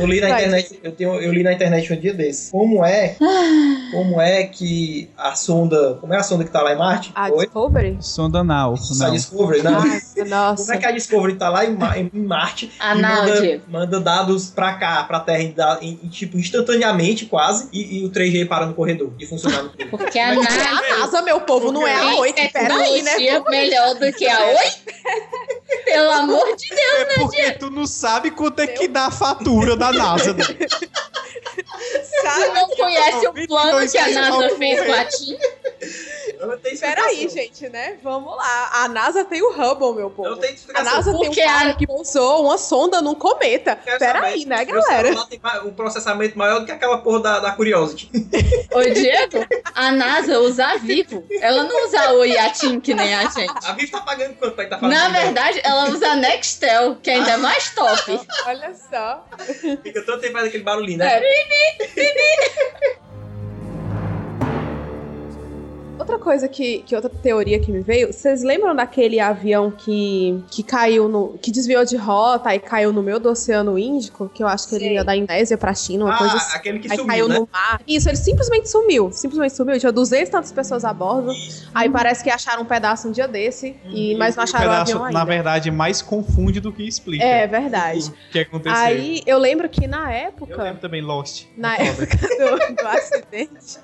No li li na Vai. internet, eu, tenho, eu li na internet um dia desses. Como é, Ah. como é que a sonda, como é a sonda que tá lá em Marte? A Oi? Ah, Discovery? Sonda Nau. A Não. Discovery, não. Nossa, Como nossa. é que a Discovery tá lá em, Ma- em Marte Ah, e não, manda, Diego. manda dados pra cá, pra Terra, em da- em- em, tipo, instantaneamente quase, e, e o 3G para no corredor de funcionar no corredor. Porque a nave Arrasa, meu povo, não é a tem 8, peraí, né? tecnologia melhor do que a 8? Pelo amor de Deus. É porque tu não sabe quanto é que dá a fatura da NASA. né? Você Sabe? não conhece o plano que a NASA fez com a TIM? Não tem Peraí, explicação. gente, né? Vamos lá. A NASA tem o Hubble, meu povo. Não tem A explicação. NASA tem um Porque cara a- que pousou uma sonda num cometa. Quero Peraí, saber. né, Meu galera? celular tem ma- um processamento maior do que aquela porra da, da Curiosity. Ô, Diego, a NASA usa a Vivo. Ela não usa o Yatim que nem a gente. A Vivo tá pagando quanto pra estar fazendo? Na verdade, ela usa a Nextel, que ainda é mais top. Olha só. Fica todo tempo fazendo aquele barulhinho, né? É, Outra coisa que, que outra teoria que me veio, vocês lembram daquele avião que, que caiu no. que desviou de rota e caiu no meio do Oceano Índico? Que eu acho que ele Sei. ia da Indonésia pra China, uma ah, coisa assim. aquele que Aí sumiu, caiu né? no mar. Isso, ele simplesmente sumiu. Simplesmente sumiu. Tinha 200 e tantas pessoas a bordo. Aí parece que acharam um pedaço um dia desse, e, mas não O acharam o Um pedaço, avião na ainda. verdade, mais confunde do que explica. É verdade. O que aconteceu. Aí eu lembro que na Uhum. Eu época. lembro também Lost. na Foda. época do, do acidente,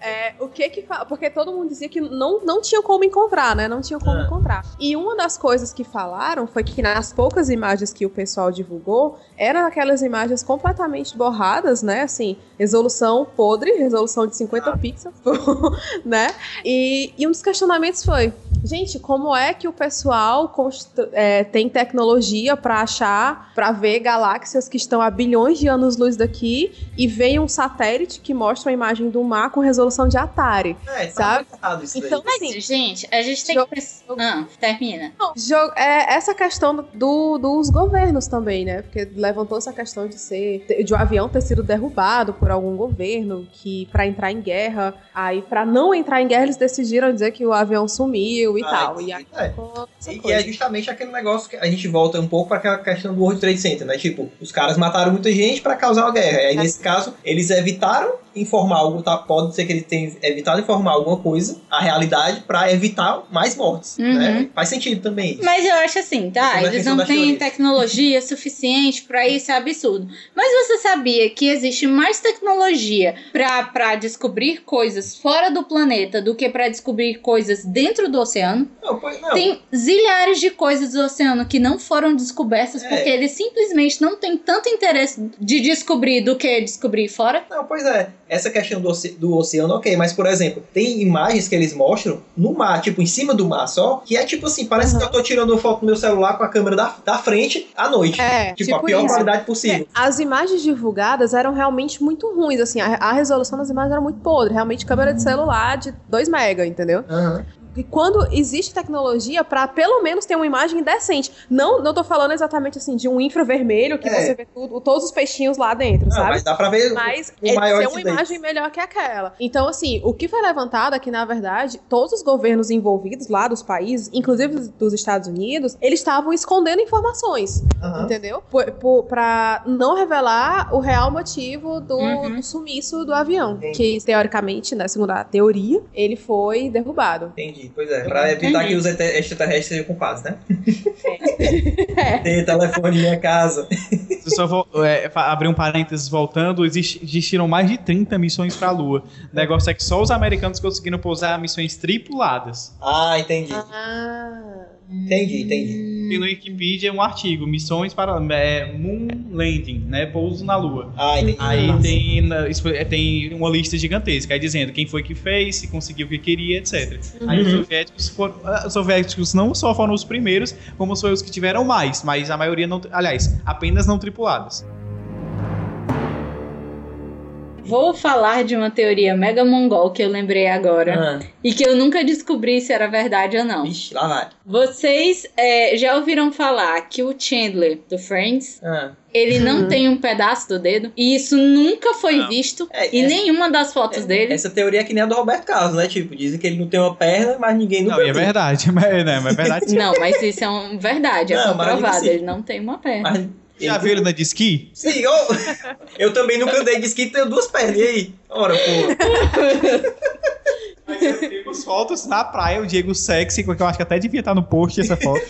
é, o que que fa- Porque todo mundo dizia que não, não tinha como encontrar, né? Não tinha como Ah. encontrar. E uma das coisas que falaram foi que nas poucas imagens que o pessoal divulgou, eram aquelas imagens completamente borradas, né? Assim, resolução podre, resolução de 50 pixels, né? E, e um dos questionamentos foi, gente, como é que o pessoal constru- é, tem tecnologia pra achar, pra ver galáxias que estão a bilhões de anos-luz daqui e vem um satélite que mostra uma imagem do mar com resolução de Atari. É, tá Sabe? muito errado isso Então, daí. assim, Gente, a gente tem que pensar. Ah, termina. jo- é essa questão do, dos governos também, né? Porque levantou essa questão de ser de o avião ter sido derrubado por algum governo que pra entrar em guerra, aí pra não entrar em guerra eles decidiram dizer que o avião sumiu e Ah, tal. que- E aí é. ficou essa E, e é coisa. justamente aquele negócio que a gente volta um pouco para aquela questão do World Trade Center, né? Tipo, os caras mataram muita gente para causar uma guerra. E aí, nesse caso, eles evitaram informar algo, tá? Pode ser que eles tenham evitado informar alguma coisa, a realidade, para evitar mais mortes, Uhum. né? Faz sentido também. isso. Mas eu acho assim, tá? Como é a Eles questão não das têm teorias? tecnologia suficiente pra isso, é absurdo. Mas você sabia que existe mais tecnologia pra pra descobrir coisas fora do planeta do que pra descobrir coisas dentro do oceano? Não, pois não. Tem zilhares de coisas do oceano que não foram descobertas É. porque eles simplesmente não têm tanto interesse de descobrir do que descobrir fora. Não, pois é. Essa questão do, oce- do oceano, ok, mas por exemplo, tem imagens que eles mostram no mar, tipo, em cima do mar só, que é tipo assim, parece que eu tô tirando uma foto do meu celular com a câmera da, da frente à noite. É, tipo, a pior isso. É, qualidade possível. As imagens divulgadas eram realmente muito ruins, assim, a, a resolução das imagens era muito podre, realmente câmera de celular de 2 mega, entendeu? Aham. E quando existe tecnologia pra pelo menos ter uma imagem decente, não, não tô falando exatamente assim de um infravermelho que É. você vê tudo, todos os peixinhos lá dentro, Não, sabe? mas dá pra ver. Mas o é maior ser uma incidente. imagem melhor que aquela. Então, assim, o que foi levantado é que, na verdade, todos os governos envolvidos lá dos países, inclusive dos- dos Estados Unidos, eles estavam escondendo informações. Aham. Entendeu? Por, por- pra não revelar o real motivo do, Uhum. do sumiço do avião. Entendi. Que, teoricamente, né, segundo a teoria, ele foi derrubado. Entendi, pois é. Pra evitar Entendi. que os ete- extraterrestres sejam culpados, né? É. Tem telefone em minha casa. Se eu só vou, é, fa- abrir um parênteses voltando, exist- existiram mais de 30 missões pra Lua. O negócio é que só os americanos conseguiram pousar missões tripuladas. Ah, entendi. Ah. Entendi, entendi. E no Wikipedia é um artigo, missões para é, Moon Landing, né? Pouso na Lua. Ah, entendi. Aí Massa. tem, na- isso é- tem uma lista gigantesca, aí dizendo quem foi que fez, se conseguiu o que queria, etc. Aí os Uhum. soviéticos, foram, ah, os soviéticos não só foram os primeiros, como foram os que tiveram mais, mas a maioria não. Aliás, apenas não tripuladas. Vou falar de uma teoria mega mongol que eu lembrei agora Ah, e que eu nunca descobri se era verdade ou não. Vixe, lá vai. Vocês é, já ouviram falar que o Chandler do Friends Ah. ele não Uhum. tem um pedaço do dedo e isso nunca foi Não. visto É, em essa- nenhuma das fotos dele. Essa teoria é que nem a do Roberto Carlos, né? Tipo, dizem que ele não tem uma perna, mas ninguém nunca Não, e é viu. verdade, mas, né, mas é verdade. Não, mas isso é um, verdade, é Não, mas ainda comprovado. assim- Ele não tem uma perna. Mas Já viu ele na de esqui? Sim, eu, eu também nunca andei de esqui e tenho duas pernas. E aí? Ora, pô. Mas eu tenho as fotos na praia, o Diego sexy, que eu acho que até devia estar no post essa foto.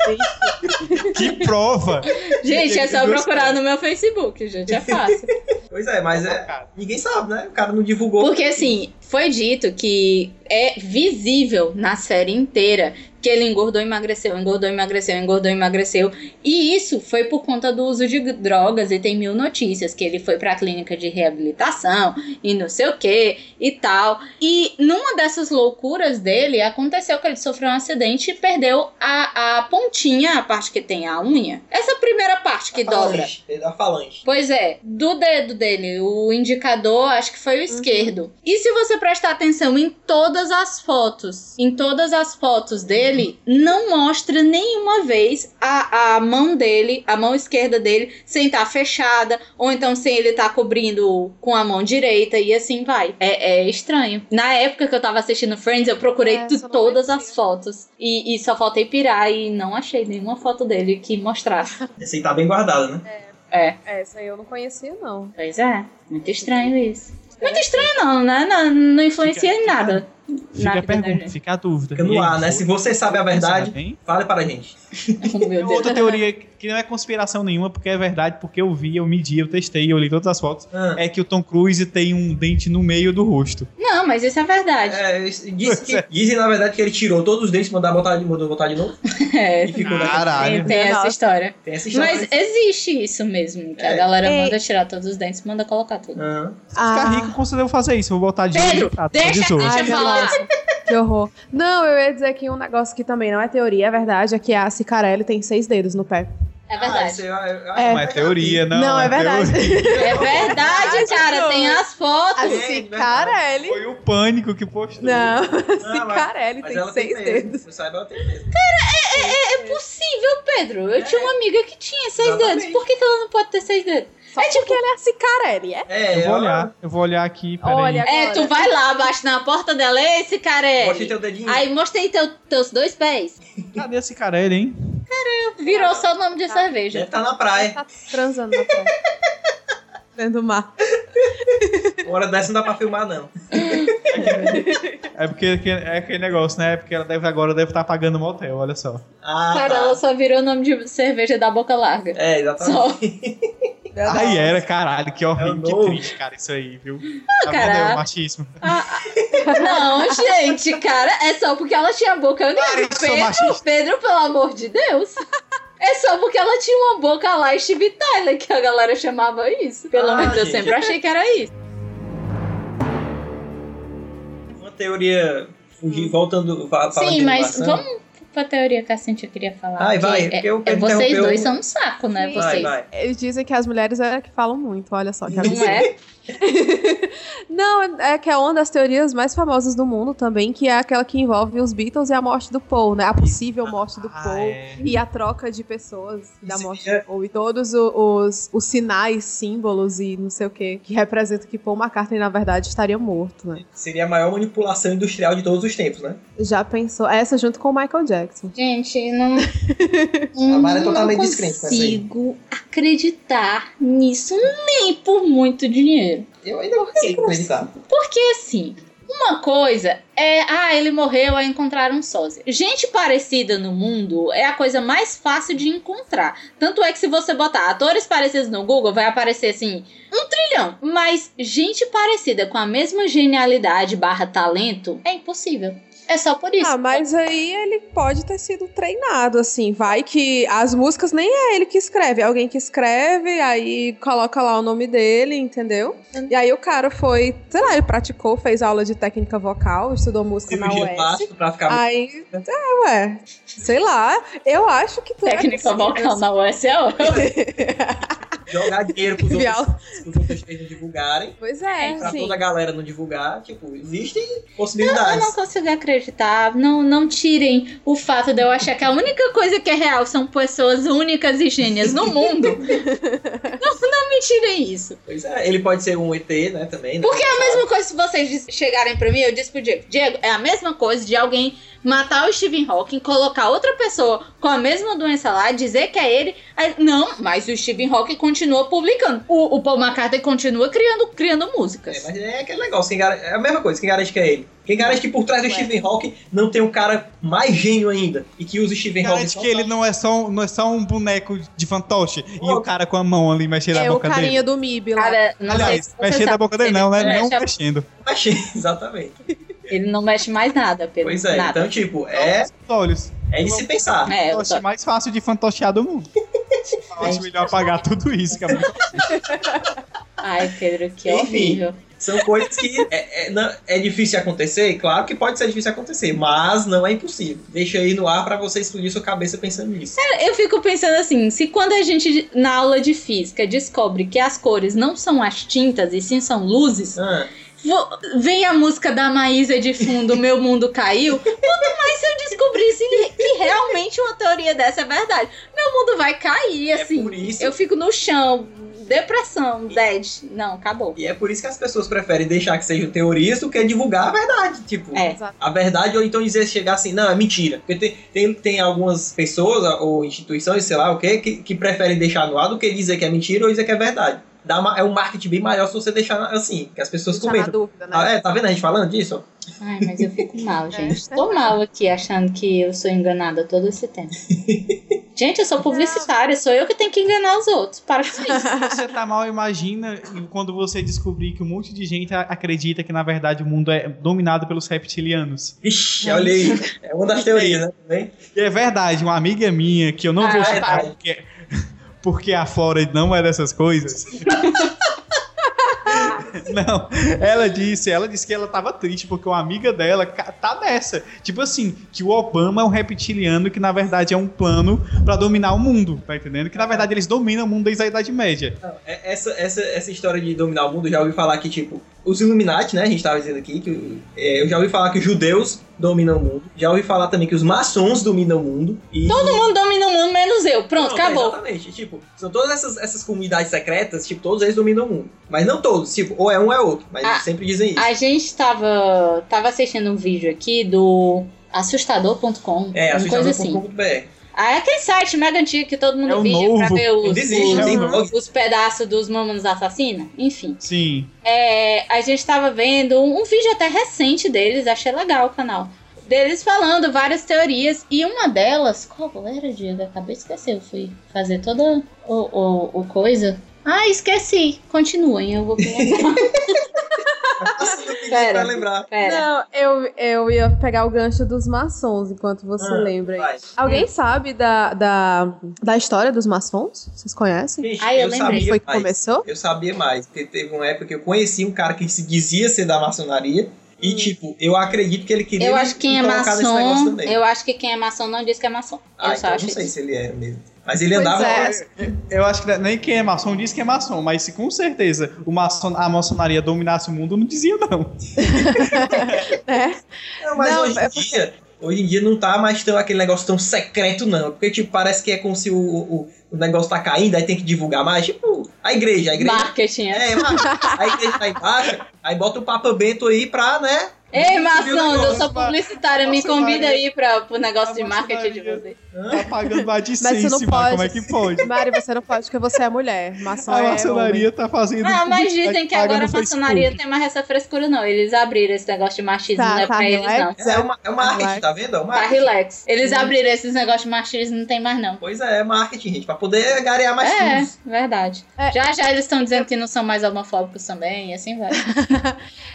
que prova! Gente, é só procurar no meu Facebook, gente. É fácil. Pois é, mas é, ninguém sabe, né? O cara não divulgou. Porque assim, foi dito que é visível na série inteira que ele engordou, emagreceu, engordou, emagreceu, engordou, emagreceu. E isso foi por conta do uso de drogas e tem mil notícias que ele foi pra clínica de reabilitação e não sei o que e tal. E numa dessas loucuras dele, aconteceu que ele sofreu um acidente e perdeu a, a pontinha, a parte que tem a unha. Essa primeira parte que dobra. Falange, ele dá falange. Pois é, do dedo dele, o indicador acho que Uhum. foi o esquerdo. E se você prestar atenção em todas as fotos, em todas as fotos dele, não mostra nenhuma vez a, a mão dele, a mão esquerda dele, sem estar fechada, ou então sem ele estar cobrindo com a mão direita, e assim vai. É, é estranho. Na época que eu tava assistindo Friends, eu procurei É, tu- só não todas aparecia. as fotos. E, e só faltei pirar e não achei nenhuma foto dele que mostrasse. Esse aí tá bem guardado, né? É. Essa aí eu não conhecia, não. Pois é, muito estranho isso. Muito estranho não, né? Não, não influencia em nada. na Fica a é. vida da pergunta, gente. fica a dúvida. Fica no E aí, ar, né? Se você sabe a verdade, sabe, hein? fale para a gente. Oh, Tem meu Deus. outra teoria que não é conspiração nenhuma, porque é verdade, porque eu vi, eu medi, eu testei, eu li todas as fotos. Ah, É que o Tom Cruise tem um dente no meio do rosto. Não, mas isso é verdade. é, diz que- dizem, na verdade, que ele tirou todos os dentes, mandar botar de, mandou botar de novo. É, E ficou naquele- tem, Caralho. tem essa Nossa. história. É. Tem essa história. Mas é existe isso mesmo, que a É. galera Ei. manda tirar todos os dentes, manda colocar tudo. Ah, Ficar rico conseguiu fazer isso, eu vou botar de Pedro, olho pra deixa- todos os outros. deixa- meu falar. Deus, Que horror. Não, eu ia dizer que um negócio que também não é teoria, é verdade, é que a Cicarelli tem seis dedos no pé. É ah, verdade. isso eu- eu acho É. Não é mais teoria, não. Não, é verdade. teoria. É verdade, cara. senhor. Tem as fotos. A É, Cicarelli. Foi o pânico que postou. Não, Ah, a mas- Cicarelli Mas tem ela seis tem mesmo. dedos. Eu saiba, ela tem mesmo. É possível, Pedro. Eu tinha uma amiga que tinha seis Exatamente. dedos. Por que, que ela não pode ter seis dedos? Só é tipo que ela é a Cicarelli, é? É, Eu vou ela- olhar, eu vou olhar aqui, peraí. Olha É, tu agora. vai lá, bate na porta dela, "Ei, esse cara é. Mostra teu dedinho. Aí mostrei teu- teus dois pés. Cadê esse carelho, hein? Virou só o nome de cerveja. Deve estar na praia. Tá transando na praia. Dentro do mar. Uma hora dessa não dá pra filmar, não. É porque que- é aquele negócio, né? É porque ela deve agora deve estar pagando um motel, olha só. Ah, Cara, tá. ela só virou o nome de cerveja da boca larga. É, Só. exatamente. um Aí era, caralho, que horrível, É o que novo. triste, cara, isso aí, viu? Ah, Tá vendo? É caralho. o machismo. Não, gente, cara, é só porque ela tinha boca negra. eu sou Pedro, machista. Pedro, pelo amor de Deus. É só porque ela tinha uma boca lá e Steve Tyler que a galera chamava isso. Pelo Ah, menos eu gente. sempre achei que era isso. Uma teoria fugir, voltando, fa- falando Sim, de mas inovação. vamos pra teoria que a Cintia queria falar. Ai, vai, que é- porque eu é, interrompeu- vocês dois são um saco, né? Sim. Vai, Vocês. vai. Eles dizem que as mulheres é que falam muito, olha só. Que Não é? Não, é que é uma das teorias mais famosas do mundo também, que é aquela que envolve os Beatles e a morte do Paul, né? A possível morte do Paul. é. E a troca de pessoas da Isso morte é- do Paul. E todos o- os, os sinais, símbolos e não sei o que, que representam que Paul McCartney, na verdade, estaria morto, né? Seria a maior manipulação industrial de todos os tempos, né? Já pensou? Essa junto com o Michael Jackson. Gente, não. A Hum, Mara é totalmente não descrente com essa aí. consigo acreditar nisso nem por muito dinheiro. Eu ainda consigo acreditar. Porque assim, uma coisa é, ah, ele morreu a encontrar um sósia. Gente parecida no mundo é a coisa mais fácil de encontrar. Tanto é que se você botar atores parecidos no Google, vai aparecer assim, um trilhão. Mas gente parecida com a mesma genialidade barra talento é impossível. É só por isso. Ah, mas aí ele pode ter sido treinado, assim. Vai que as músicas nem é ele que escreve, é alguém que escreve, aí coloca lá o nome dele, entendeu? E aí o cara foi, sei lá, ele praticou, fez aula de técnica vocal, estudou música na Cirurgia UES. plástica pra Ah, ficar... Aí, é, ué, sei lá, eu acho que tu é Técnica possível, vocal na USL. Jogar dinheiro pros assim, outros, viol- pros outros três não divulgarem. Pois é, Pra assim. toda a galera não divulgar, tipo, existem Eu possibilidades. não consigo acreditar. Não, não tirem o fato de eu achar que a única coisa que é real são pessoas únicas e gênias no mundo. não, não não me tirem isso. Pois é, ele pode ser um ET, né, também. né? Porque é a mesma coisa se vocês dis- chegarem pra mim, eu disse pro Diego, Diego, é a mesma coisa de alguém matar o Stephen Hawking, colocar outra pessoa com a mesma doença lá, dizer que é ele. Aí, não, mas o Stephen Hawking continua publicando. O, o Paul McCartney continua criando, criando É, músicas. mas é aquele negócio, quem garante, é a mesma coisa, quem garante que é ele. Quem garante que por trás do Ué. Stephen Hawking não tem um cara mais gênio ainda e que usa o Stephen Hawking. Garante só que ele pra- não é só um, não é só um boneco de fantoche e Oh. o cara com a mão ali mexendo É na o boca dele. carinha do MIB lá. Cara, não sei se Aliás, você mexendo na sabe, boca dele ele é não, né? Não mexe a- mexendo. Achei, exatamente. Ele não mexe mais nada, Pedro. Pois é, nada. então, tipo, é, Os olhos. é de se pensar. É, eu Fantoche tô- mais fácil de fantochear do mundo. Eu acho melhor apagar tudo isso, é cara. Ai, Pedro, que Enfim. horrível. São coisas que é, é, não- é difícil acontecer, claro que pode ser difícil acontecer, mas não é impossível. Deixa aí no ar pra você explodir sua cabeça pensando nisso. Eu fico pensando assim, se quando a gente na aula de física descobre que as cores não são as tintas e sim são luzes, Ah, Vou- Vem a música da Maísa de fundo, Meu Mundo Caiu. Quanto mais eu descobrisse que- que realmente uma teoria dessa é verdade. Meu mundo vai cair, é assim. por isso Eu fico no chão, depressão, dead. Não, acabou. E é por isso que as pessoas preferem deixar que seja teorias do que divulgar a verdade. Tipo, É. a verdade, ou então dizer, chegar assim, não, é mentira. Porque tem, tem, tem algumas pessoas ou instituições, sei lá o quê, que, que preferem deixar no ar do que dizer que é mentira ou dizer que é verdade. Dá uma- é um marketing bem maior se você deixar assim, que as pessoas Deixar na comentam. dúvida, né? Ah, é, tá vendo a gente falando disso? Ai, mas eu fico mal, gente. Tô mal aqui, achando que eu sou enganada todo esse tempo. Gente, eu sou publicitária, sou eu que tenho que enganar os outros. Para com isso. Você tá mal, imagina quando você descobrir que um monte de gente a- acredita que na verdade o mundo é dominado pelos reptilianos. Vixe, olha aí. É uma das teorias, né? Também. E é verdade, uma amiga minha, que eu não Ah, vou citar para. porque, porque a Flora não é dessas coisas. não, ela disse, ela disse que ela tava triste porque uma amiga dela ca- tá dessa. Tipo assim, que o Obama é um reptiliano que na verdade é um plano pra dominar o mundo, tá entendendo? Que na verdade eles dominam o mundo desde a Idade Média. É- Essa, essa, essa história de dominar o mundo, eu já ouvi falar que, tipo, os Illuminati, né? A gente tava dizendo aqui, que é, eu já ouvi falar que os judeus dominam o mundo. Já ouvi falar também que os maçons dominam o mundo. E... Todo mundo domina o mundo, menos eu. Pronto, Não, acabou. Exatamente. Tipo, são todas essas, essas comunidades secretas, tipo, todos eles dominam o mundo. Mas não todos, tipo, ou é um ou é outro. Mas Ah. eles sempre dizem isso. A gente tava, tava assistindo um vídeo aqui do assustador.com, é, uma coisa assim. assustador.com.br. Ah, é aquele site mega antigo que todo mundo É o vive pra novo. ver os, Ainda existe, os- tem os- blog. os pedaços dos Mamonas Assassina. Enfim, Sim. é, a gente tava vendo um, um vídeo até recente deles, achei legal o canal. Deles falando várias teorias, e uma delas, qual era, Diego? Acabei de esquecer, eu fui fazer toda o, o, o coisa. Ah, esqueci. Continuem, eu vou lembrar. Assim, eu pedi Pera. pra lembrar. Pera. Não, eu, eu ia pegar o gancho dos maçons enquanto você Ah, lembra. aí. Vai. Alguém Hum. sabe da, da, da história dos maçons? Vocês conhecem? Vixe, Ai, eu lembrei. sabia Foi que mais. começou? Eu sabia mais, porque teve uma época que eu conheci um cara que se dizia ser da maçonaria. E, tipo, eu acredito que ele queria Hum. Eu acho que me quem é colocar nesse negócio maçom, também. eu acho que quem é maçom não diz que é maçom. Ah, eu só então acho não sei isso. se ele é mesmo. Mas ele Pois andava. é. Eu acho que nem quem é maçom diz que é maçom, mas se com certeza o maçom, a maçonaria dominasse o mundo, não dizia não. É. Não, mas Não, hoje, é em dia, hoje em dia não tá mais tão aquele negócio tão secreto, não. Porque, tipo, parece que é como se o, o, o negócio tá caindo, aí tem que divulgar mais. Tipo, a igreja, a igreja. Marketing. é. É, mas a igreja tá embaixo, aí bota o Papa Bento aí pra, né? Ei, Viu o maçom, eu negócio? sou publicitária, me Maçonaria. convida aí pra, pro negócio A de marketing de maçonaria. vocês. Tá pagando mais de Mas você 100, não Simar, pode. como é que pode? Mari, você não pode porque você é mulher. Maçom A é maçonaria tá fazendo. Ah, mas publicidade dizem que paga agora a no maçonaria Facebook. tem mais essa frescura, não. Eles abriram esse negócio de machismo, Tá, não é tá, pra não eles, é? não. É, uma, é um marketing, Vai. tá vendo? É um Tá marketing. relax. Eles abriram esses negócios de machismo, não tem mais, não. Pois é, é marketing, gente, pra poder garear mais É, fundos. verdade. É. Já já eles estão dizendo que não são mais homofóbicos também, e assim vai.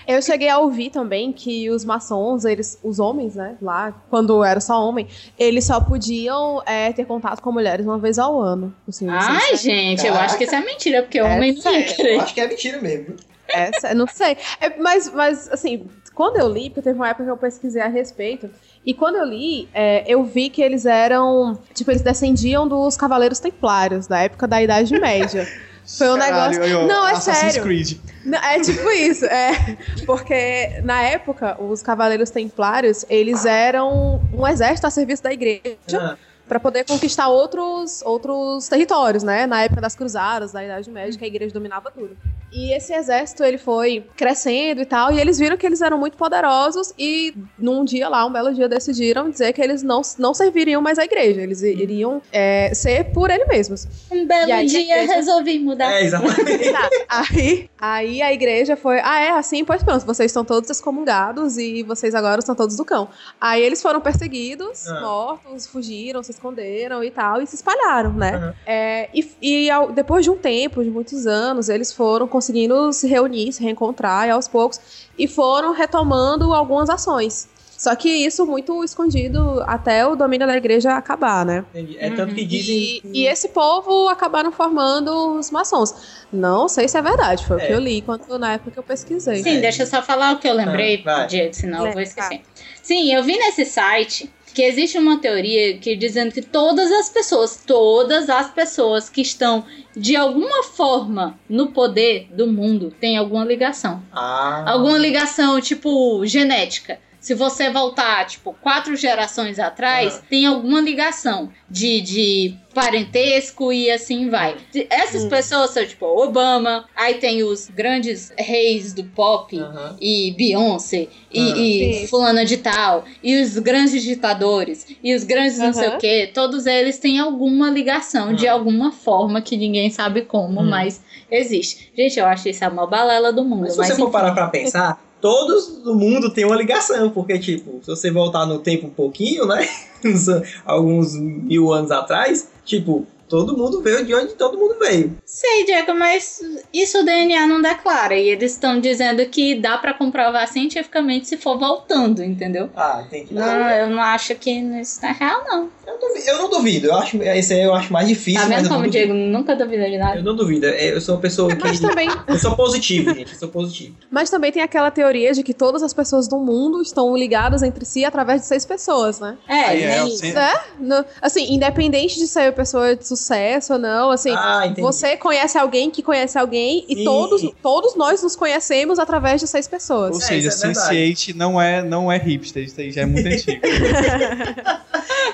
Eu cheguei a ouvir também que os maçons, eles, os homens, né, lá, quando era só homem, eles só podiam é, ter contato com mulheres uma vez ao ano. Assim, não sei Ai, se- gente, eu acho que isso é mentira, porque o É homem não ia sério. querer. Eu acho que é mentira mesmo. Essa, não sei. É, mas, mas, assim, quando eu li, porque teve uma época que eu pesquisei a respeito, e quando eu li, é, eu vi que eles eram. Tipo, eles descendiam dos Cavaleiros Templários, da época da Idade Média. Foi um negócio- aí, ó, Não, é Assassin's sério. Creed. Não, É tipo isso, é. Porque na época, os Cavaleiros Templários, eles eram um exército a serviço da igreja. Ah, para poder conquistar outros, outros territórios, né? Na época das cruzadas, da Idade Média, que a igreja dominava tudo. E esse exército, ele foi crescendo e tal, e eles viram que eles eram muito poderosos e num dia lá, um belo dia, decidiram dizer que eles não, não serviriam mais à igreja, eles iriam é, ser por eles mesmos. Um belo E aí, dia gente- resolvi mudar. É, exatamente. Tá, aí, aí a igreja foi, ah, é assim, pois pronto, vocês estão todos excomungados e vocês agora estão todos do cão. Aí eles foram perseguidos, Ah. mortos, fugiram, se esconderam e tal, e se espalharam, né? Aham. É, e e ao- depois de um tempo, de muitos anos, eles foram conseguindo se reunir, se reencontrar e aos poucos, e foram retomando algumas ações. Só que isso muito escondido até o domínio da igreja acabar, né? Entendi. É tanto que dizem. E, e esse povo acabaram formando os maçons. Não sei se é verdade, foi É. o que eu li quando, na época que eu pesquisei. Sim, deixa eu só falar o que eu lembrei, Ah, vai. Diego, senão eu vou Lembra. esquecer. Sim, eu vi nesse site que existe uma teoria que dizendo que todas as pessoas, todas as pessoas que estão de alguma forma no poder do mundo têm alguma ligação. Ah, Alguma ligação, tipo, genética. Se você voltar, tipo, quatro gerações atrás, Ah. tem alguma ligação de, de parentesco e assim vai. De- Essas Hum. pessoas são, tipo, Obama, aí tem os grandes reis do pop, aham. e Beyoncé e, Ah. e Sim. fulana de tal e os grandes ditadores e os grandes não sei Aham. o que todos eles têm alguma ligação de Ah. alguma forma que ninguém sabe como Hum. mas existe gente eu acho isso a maior balela do mundo Mas mas, se você for enfim. parar pra pensar, todos do mundo tem uma ligação, porque, tipo, se você voltar no tempo um pouquinho, né? uns- Alguns mil anos atrás, tipo, todo mundo veio de onde todo mundo veio. sei Diego mas isso o DNA não declara e eles estão dizendo que dá pra comprovar cientificamente se for voltando entendeu Ah, entendi. não, eu não acho que isso tá real, não. Eu, duvi- eu não duvido, eu acho, esse aí eu acho mais difícil. tá mas é vendo eu, como não o duvido. Diego É nunca duvidou de nada? eu não duvido, É, eu sou uma pessoa que. Mas também, Eu sou positivo, gente, eu sou positivo. mas também tem aquela teoria de que todas as pessoas do mundo estão ligadas entre si através de seis pessoas, né? É, Aí é, nem o isso. centro- No- assim, independente de ser pessoa de sucesso ou não, assim, Ah, entendi. você conhece alguém que conhece alguém e E- todos, todos nós nos conhecemos através de seis pessoas. Ou É, seja, isso é verdade. Sense8 não é, não é hipster, isso aí já é muito antigo.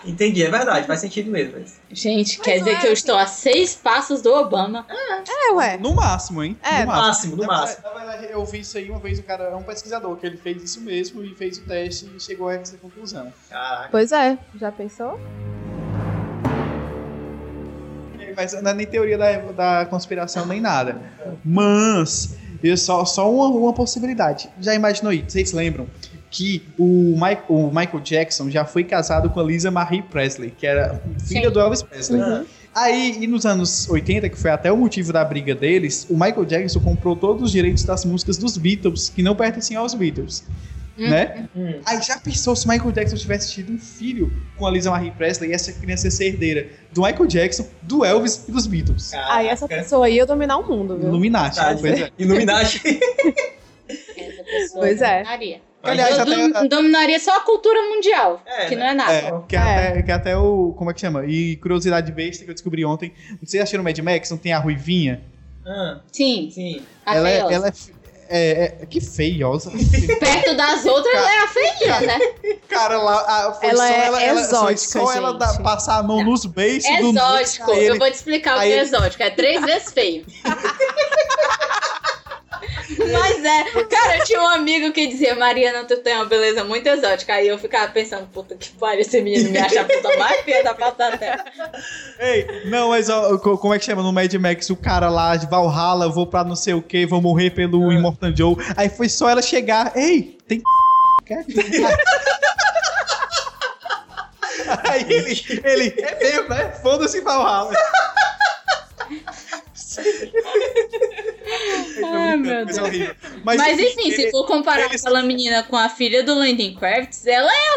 Entendi, é verdade, faz sentido mesmo. mas- Gente, quer não dizer é que eu assim. estou a seis passos do Obama. É, ué. No máximo, hein? no É, No máximo. máximo, no Na máximo. verdade- Na verdade, eu vi isso aí uma vez, um cara, um pesquisador, que ele fez isso mesmo e fez o teste e chegou a essa conclusão. Caraca. Pois é, já pensou? É, Mas não é nem teoria da, da conspiração nem nada. Mas, eu só, só uma, uma possibilidade. Já imaginou aí, vocês lembram? Que o, Mike- o Michael Jackson já foi casado com a Lisa Marie Presley, que era filha Sim. do Elvis Presley. Aí, e nos anos 80, que foi até o motivo da briga deles, o Michael Jackson comprou todos os direitos das músicas dos Beatles, que não pertenciam aos Beatles. Hum. Né? Hum. Aí já pensou se Michael Jackson tivesse tido um filho com a Lisa Marie Presley e essa criança ia ser herdeira do Michael Jackson, do Elvis e dos Beatles? Ah, Aí é, essa pessoa aí ia dominar o mundo, viu? Illuminati, né? Verdade, pois né? é. Illuminati. Essa pessoa Pois é. dominaria. Que, aliás, eu até, dom- dominaria só a cultura mundial, É, que né? não é nada. é, que até- que até o. Como é que chama? E curiosidade besta que eu descobri ontem. Vocês acharam o Mad Max? Não tem a Ruivinha? Ah, Sim, sim. a ela, é- Tá feiosa. ela é, fe- é, é- Que feiosa. Perto das outras Cara- é a feinha, né? Cara, lá. a- foi Ela só é ela, ela- foi exótica, só ela dar- gente. passar a mão nos beijos do É Exótico. Aí ele- Eu vou te explicar o que aí é ele- exótico. É três vezes feio. Mas é, cara, eu tinha um amigo que dizia, Mariana, tu tem uma beleza muito exótica. Aí eu ficava pensando, puta que pariu, esse menino me acha a puta mais feia da face da terra. Ei, não, mas ó, co- como é que chama no Mad Max? O cara lá de Valhalla, vou pra não sei o que, vou morrer pelo Immortal Joe. Aí foi só ela chegar. Ei, tem. quer? Aí ele, ele é mesmo, né? Foda-se Valhalla. Ai, meu Coisa Deus. é horrível. Mas enfim, ele- se for comparar eles- aquela menina com a filha do Landon Kravitz, ela é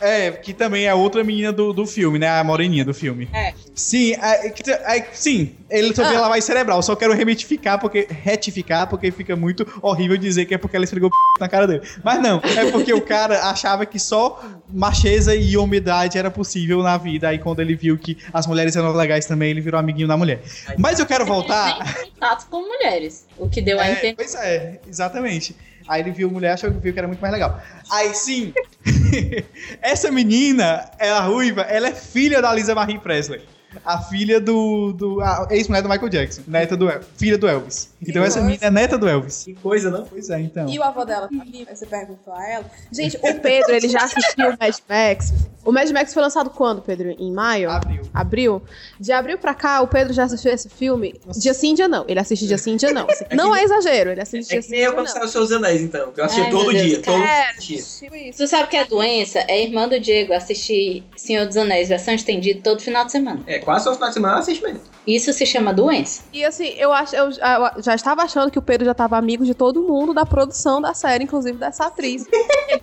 É, que também é outra menina do, do filme, né? A moreninha do filme. É. Sim, é, é que- é, sim, ele só veio lavar cerebral. Só quero remitificar, porque. retificar, porque fica muito horrível dizer que é porque ela esfregou p na cara dele. Mas não, é porque o cara achava que só macheza e umidade era possível na vida. Aí quando ele viu que as mulheres eram legais também, ele virou amiguinho da mulher. Mas eu quero voltar. tem contato com mulheres. O que deu a É, entender. pois é, exatamente. Aí ele viu mulher, achou que viu que era muito mais legal. Aí sim, essa menina, ela ruiva, ela é filha da Lisa Marie Presley. A filha do. do a ex-mulher do Michael Jackson. Neta do El- Filha do Elvis. Então essa coisa. menina é neta do Elvis. Que coisa, não? Pois é, então. E o avô dela tá vivo? Aí você perguntou a ela. Gente, o Pedro, ele já assistiu o Mad Max. O Mad Max foi lançado quando, Pedro? Em maio? Abriu. Abril? De abril pra cá, o Pedro já assistiu esse filme Nossa. dia sim, dia não. Ele assiste dia sim, dia não. Não é exagero, ele assiste É dia que sim, nem eu dia quando não. saiu os seus anéis, então. Eu assistia Ai, todo meu Deus, dia, todo cara. dia. Tipo isso. Tu sabe que é doença? É irmã do Diego assistir Senhor dos Anéis, versão estendida, todo final de semana. É, quase só final de semana ela assiste mesmo. Isso se chama doença. E assim, eu, acho, eu, eu já estava achando que o Pedro já estava amigo de todo mundo da produção da série, inclusive dessa atriz.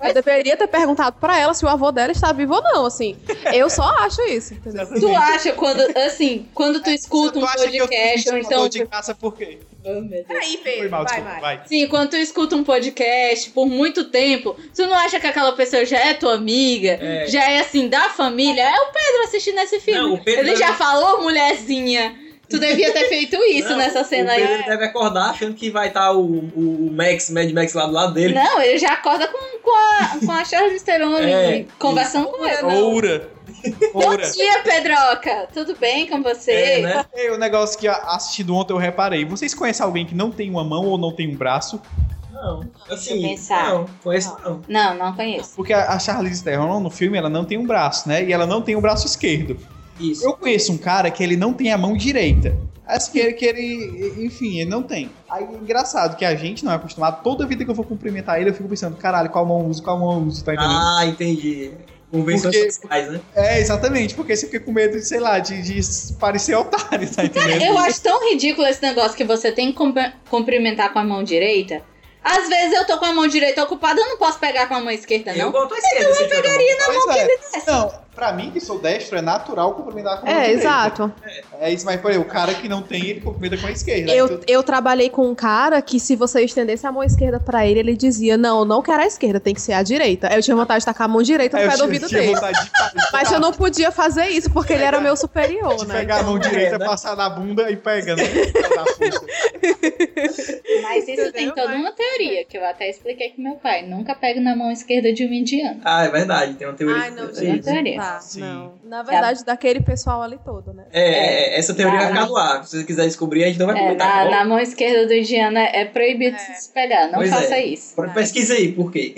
Eu deveria ter perguntado pra ela se o avô dela está vivo ou não, assim. Eu só acho isso, entendeu? Tu acha quando, assim, quando tu escuta um É. Tu acha que eu fiz podcast, ou isso falou então. de graça por quê? Oh, meu Deus. Aí, Foi Pedro, mal, desculpa. Vai. Sim, quando tu escuta um podcast por muito tempo, tu não acha que aquela pessoa já é tua amiga, É. já é assim, da família? É o Pedro assistindo esse filme. Não, o Pedro Ele já deve- falou, mulherzinha. Tu devia ter feito isso Não, nessa O cena aí. é- Pedro tá- ele deve acordar achando que vai estar o, o Max, Mad Max lá do lado dele. Não, ele já acorda com, com a, com a Charlize Theron É. e conversando com ela. Oura. Bom Oura. dia, Pedroca! Tudo bem com você? É, né? É o negócio que a- assistido ontem eu reparei. Vocês conhecem alguém que não tem uma mão ou não tem um braço? Não. eu Assim, pensar. não, foi esse não. Não, não conheço. Porque a a Charlize Theron no filme ela não tem um braço, né? E ela não tem o braço esquerdo. Isso. Eu conheço um cara que ele não tem a mão direita. Acho que ele, que ele- enfim, ele não tem. Aí é engraçado que a gente não é acostumado. Toda vida que eu vou cumprimentar ele, eu fico pensando, caralho, qual mão eu uso, qual mão eu uso, tá entendendo? Ah, entendi. Convenções Porque- sociais, né? É, exatamente, porque você fica com medo de, sei lá, de, de parecer otário, tá entendendo? Eu acho tão ridículo esse negócio que você tem que cumpri- cumprimentar com a mão direita. Às vezes eu tô com a mão direita ocupada, eu não posso pegar com a mão esquerda, Eu não. boto a esquerda. Eu pegaria Pois é. Não, pra mim que sou destro, é natural cumprimentar com a mão É, direita. exato. É isso, mas por exemplo, o cara que não tem, ele cumprimenta com a esquerda. Eu, Então, eu trabalhei com um cara que se você estendesse a mão esquerda pra ele, ele dizia, não, eu não quero a esquerda, tem que ser a direita. Aí eu tinha vontade de tacar a mão direita aí no eu pé tinha- do ouvido tinha dele. vontade de parar, Mas eu não podia fazer isso porque ele era meu superior, de né? pegar a mão direita, É, né? passar na bunda e pega, né? Mas isso tem Entendeu? toda uma teoria que eu até expliquei com meu pai. Nunca pego na mão esquerda de um indiano. Ah, é verdade. Tem uma teoria. Ai, não, é gente. isso. Sério? Tá, Sim. não. Na verdade, daquele pessoal ali todo, né? É, é, essa teoria Ah, vai ficar no ar. Se você quiser descobrir, a gente não vai É, comentar. tá na, bom? na mão esquerda do indiano é é proibido É. se espelhar. Não Pois faça é. isso. Pra- Pesquisa aí, por quê?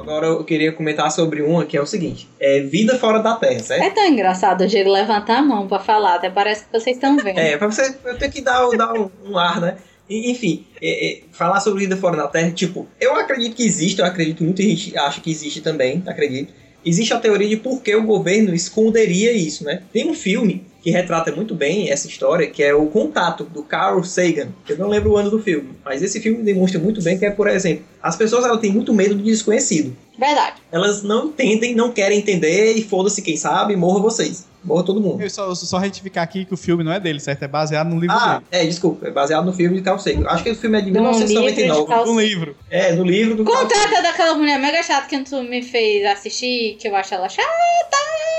Agora eu queria comentar sobre uma que é o seguinte: é vida fora da Terra, certo? É tão engraçado o Diego levantar a mão pra falar, até parece que vocês estão vendo. É, pra você eu tenho que dar, o- dar um, um ar, né? E, Enfim, é, é, falar sobre vida fora da Terra, tipo, eu acredito que existe, eu acredito que muita gente acha que existe também, acredito. Existe a teoria de por que o governo esconderia isso, né? Tem um filme que retrata muito bem essa história, que é O Contato, do Carl Sagan. Eu não lembro o ano do filme, mas esse filme demonstra muito bem que é, por exemplo, as pessoas elas têm muito medo do desconhecido Verdade. elas não entendem, não querem entender, e foda-se quem sabe, morra vocês. Morra todo mundo. Eu só, só retificar aqui que o filme não é dele, certo? É baseado no livro Ah, dele. é, desculpa, é baseado no filme de Carl Sagan. Acho que o filme é de Num livro de 1999. Carl- No livro. É, no livro do Carl Sagan. Contrata daquela mulher mega chata que tu me fez assistir, que eu acho ela chata.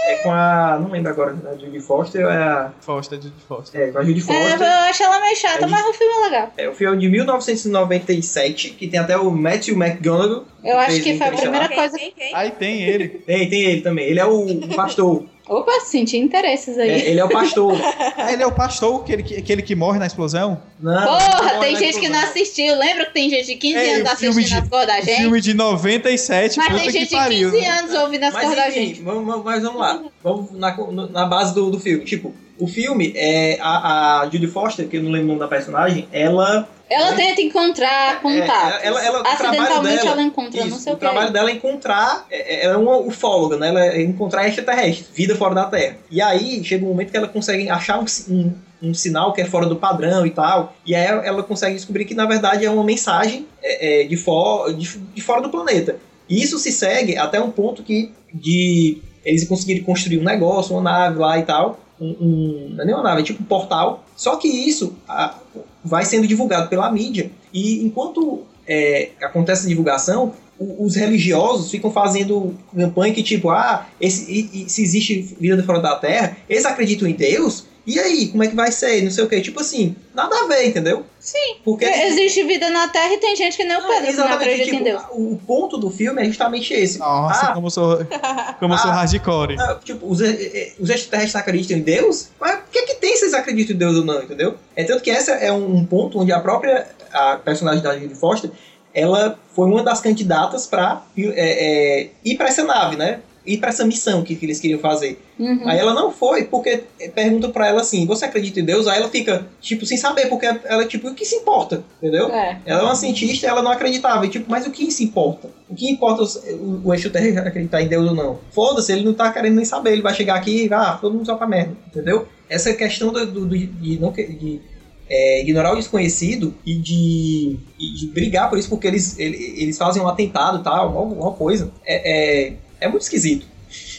É com a. Não lembro agora, a Judy Foster é a. Foster, de Foster. É, com a Judy É, Foster. eu acho ela meio chata, É mas o filme é legal. É, o filme é de 1997, que tem até o Matthew McGonagall. Eu acho fez que foi a Interestelar. primeira coisa. Aí tem ele. Tem, tem ele também. Ele é o pastor. Opa, senti interesses É, aí. ele é o pastor. Ah, ele é o pastor, aquele que, aquele que morre na explosão? Não, Porra, não é tem gente que não explosão. assistiu. Lembra que tem gente de 15 É, anos o filme assistindo de- as cores da Um gente? filme de 97, Mas puta tem gente que de pariu. 15 anos ouvindo as cores da né? Mas gente. enfim, vamos, vamos- mas vamos lá. Vamos na, na base do, do filme. Tipo, o filme é a, a Judy Foster, que eu não lembro o nome da personagem, ela. Ela tenta encontrar contatos. né? é, ela- ela- o trabalho Acidentalmente dela- ela encontra, não Isso, sei o o que. trabalho dela é encontrar. é- é- Ela é uma ufóloga, né? Ela é encontrar extraterrestre, vida fora da Terra. E aí chega um momento que ela consegue achar um, si- um, um sinal que é fora do padrão e tal. E aí ela consegue descobrir que na verdade é uma mensagem é, é, de, fo- de- de fora do planeta. E isso se segue até um ponto que de eles conseguirem construir um negócio, uma nave lá e tal. Um, um, não é nem uma nave, é tipo um portal. Só que isso a- vai sendo divulgado pela mídia. E enquanto é, acontece a divulgação, o- os religiosos ficam fazendo campanha que tipo, ah, esse, e- e se existe vida fora da Terra, eles acreditam em Deus? E aí, como é que vai ser? Não sei o que. Tipo assim, nada a ver, entendeu? Sim. Porque Existe vida na Terra e tem gente que nem o Pedro, que não exatamente, acredita em Deus. tipo, o ponto do filme é justamente esse. Nossa, Ah. como eu sou, como eu sou Ah. hardcore. Ah, tipo, os, eh, eh, os extraterrestres acreditam em Deus? Mas o que é que tem se eles acreditam em Deus ou não, entendeu? É tanto que esse é um ponto onde a própria a personagem da Jodie Foster, ela foi uma das candidatas pra eh, eh, ir pra essa nave, né? Ir pra essa missão que, que eles queriam fazer. Uhum. Aí ela não foi, porque eh, pergunta pra ela assim, você acredita em Deus? Aí ela fica, tipo, sem saber, porque ela, tipo, o que se importa, entendeu? É. Ela é uma cientista, ela não acreditava. E, tipo, mas o que isso importa? O que importa os- o, o extraterrestre acreditar em Deus ou não? Foda-se, ele não tá querendo nem saber. Ele vai chegar aqui e ah, todo mundo só pra merda, entendeu? Essa questão do, do- do- de, não, que- de é, ignorar o desconhecido e de, e de brigar por isso, porque eles, ele- eles fazem um atentado e tal, uma, uma coisa, é, é, é muito esquisito.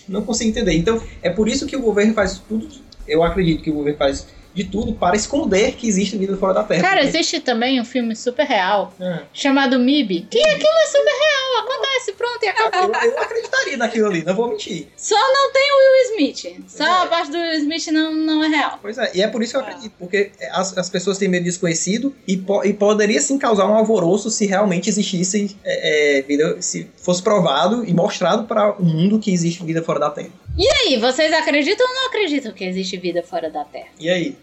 Não consigo entender. Então, é por isso que o governo faz tudo. Eu acredito que o governo faz de tudo para esconder que existe vida fora da Terra. Cara, é Porque- existe também um filme super real Ah. chamado MIB. Que aquilo é super real, acontece, pronto, e acabou. Eu, eu acreditaria naquilo ali, não vou mentir. Só não tem o Will Smith. Só a É. parte do Will Smith não, não é real. Pois é, e é por isso que eu acredito, porque as, as pessoas têm medo de desconhecido e, po- e poderia sim causar um alvoroço se realmente existisse é, é, vida, se fosse provado e mostrado para o mundo que existe vida fora da Terra. E aí, vocês acreditam ou não acreditam que existe vida fora da Terra? E aí?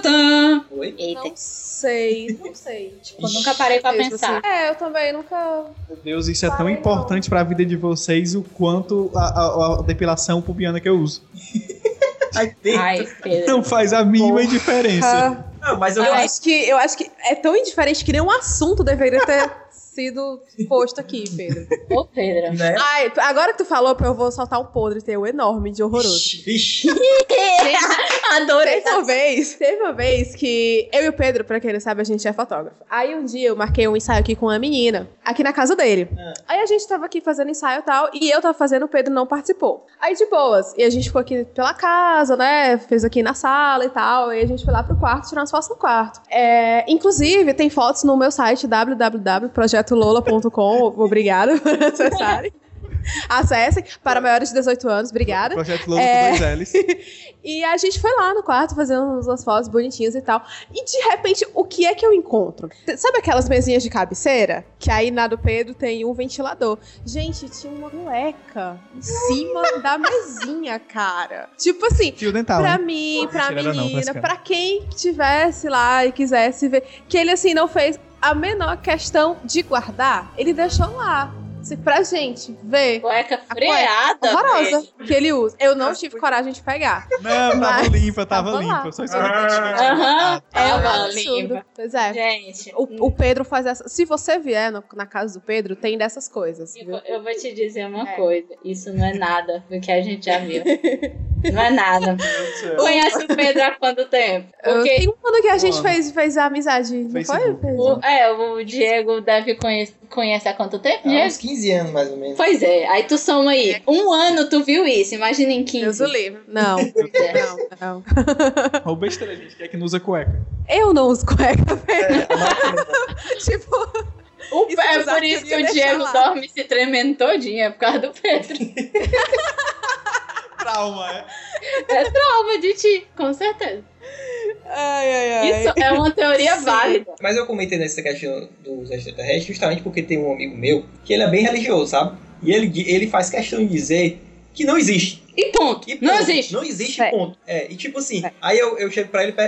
Tantantan! Oi? Eita, Não sei, não sei. Tipo, eu nunca parei pra mesmo pensar. assim. É, eu também nunca. Meu Deus, isso é tão Ai, não. importante pra vida de vocês o quanto a, a- a depilação pubiana que eu uso. Ai, é tem- Ai, Pedro. Não faz a mínima diferença. Ah, Não, mas eu eu, acho acho que, eu acho que é tão indiferente que nenhum assunto deveria ter sido posto aqui, Pedro. Ô, Pedro. né? Ai, tu- agora que tu falou, eu vou soltar um podre teu enorme de horroroso. Vixe, Adorei. Teve uma vez, teve uma vez que eu e o Pedro, pra quem não sabe, a gente é fotógrafo. Aí um dia eu marquei um ensaio aqui com uma menina, aqui na casa dele. Aí a gente tava aqui fazendo ensaio e tal, e eu tava fazendo, o Pedro não participou. Aí de boas, e a gente ficou aqui pela casa, né? Fez aqui na sala e tal, e a gente foi lá pro quarto tirar umas fotos no quarto. É, inclusive, tem fotos no meu site www.projetolola.com. Obrigada por acessarem. Acessem para maiores de 18 anos, obrigada. Projeto Lobo com É. dois L's. E a gente foi lá no quarto fazendo umas fotos bonitinhas e tal. E de repente, o que é que eu encontro? T- Sabe aquelas mesinhas de cabeceira? Que aí na do Pedro tem um ventilador. Gente, tinha uma moleca em cima da mesinha, cara. Tipo assim, Fio dental. pra né? mim, Não, pra mentira, era não, menina, frescando. pra quem tivesse lá e quisesse ver, que ele assim não fez a menor questão de guardar, ele deixou lá. assim, Pra gente ver. Cueca cueca freada. Horrorosa Pedro. que ele usa. Eu não tive coragem de pegar. Não, tava Mas- limpa, tava, tava lá. limpa. Só isso Aham. É um uma absurdo. língua. Pois é. Gente, O, o Pedro faz essa. Se você vier no- na casa do Pedro, tem dessas coisas. eu, Viu? tipo, eu vou te dizer uma É. coisa. Isso não é nada do que a gente já viu. Não é nada. Conhece o Pedro há quanto tempo? Eu- Porque Tem um ano que a Um gente ano. fez, fez a amizade, não foi? Facebook. Pedro? O, é, o Diego deve conhecer, conhece há quanto tempo, há É Diego? uns 15 anos mais ou menos. Pois é, aí tu soma aí. Um ano tu viu isso, imagina em 15. Deus o livre. Não, É. não, não. Ou besteira, gente, que é que não usa cueca. Eu não uso cueca, É, a máquina- tipo. O- Isso é por exato, isso que eu ia deixar o Diego lá. dorme se tremendo todinho, é por causa do Pedro. Trauma, é. Calma de ti, com certeza. Ai, ai, ai. Isso é uma teoria Sim. válida. Mas eu comentei nessa questão dos extraterrestres justamente porque tem um amigo meu que ele é bem religioso, sabe? E ele, di- ele faz questão de dizer que não existe. E ponto. E Não ponto. existe. Não existe É. ponto. É, e tipo assim, É. aí eu, eu chego pra ele, pe-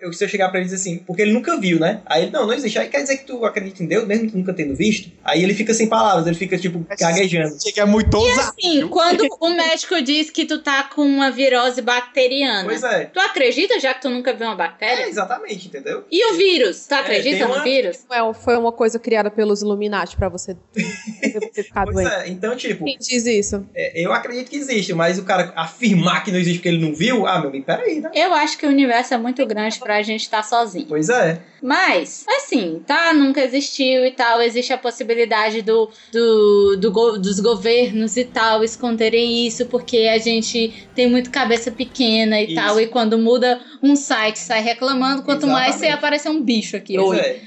eu, eu- se eu chegar pra ele e dizer assim, porque ele nunca viu, né? Aí ele, não, não existe. Aí quer dizer que tu acredita em Deus, mesmo que tu nunca tendo visto? Aí ele fica sem palavras, ele fica, tipo, Tá gaguejando. Achei que é muito ousado. Sim, quando o médico diz que tu tá com uma virose bacteriana, Pois é. tu acredita já que tu nunca viu uma É, bactéria? exatamente, entendeu? E o vírus? Tu tem acredita no uma- vírus? É, foi uma coisa criada pelos Illuminati pra você, pra você ficar Pois doente. é, então, tipo, Quem diz isso? é, eu acredito que existe, mas o cara afirmar que não existe porque ele não viu, ah, meu amigo, peraí, né? Eu acho que o universo é muito grande pra gente estar sozinho. Pois é. Mas, assim, tá, nunca existiu e tal. Existe a possibilidade do, do, do go- dos governos e tal esconderem isso, porque a gente tem muito cabeça pequena e Isso. tal. E quando muda um site, sai reclamando. Quanto mais você Exatamente. aparecer um bicho aqui Pois hoje. é.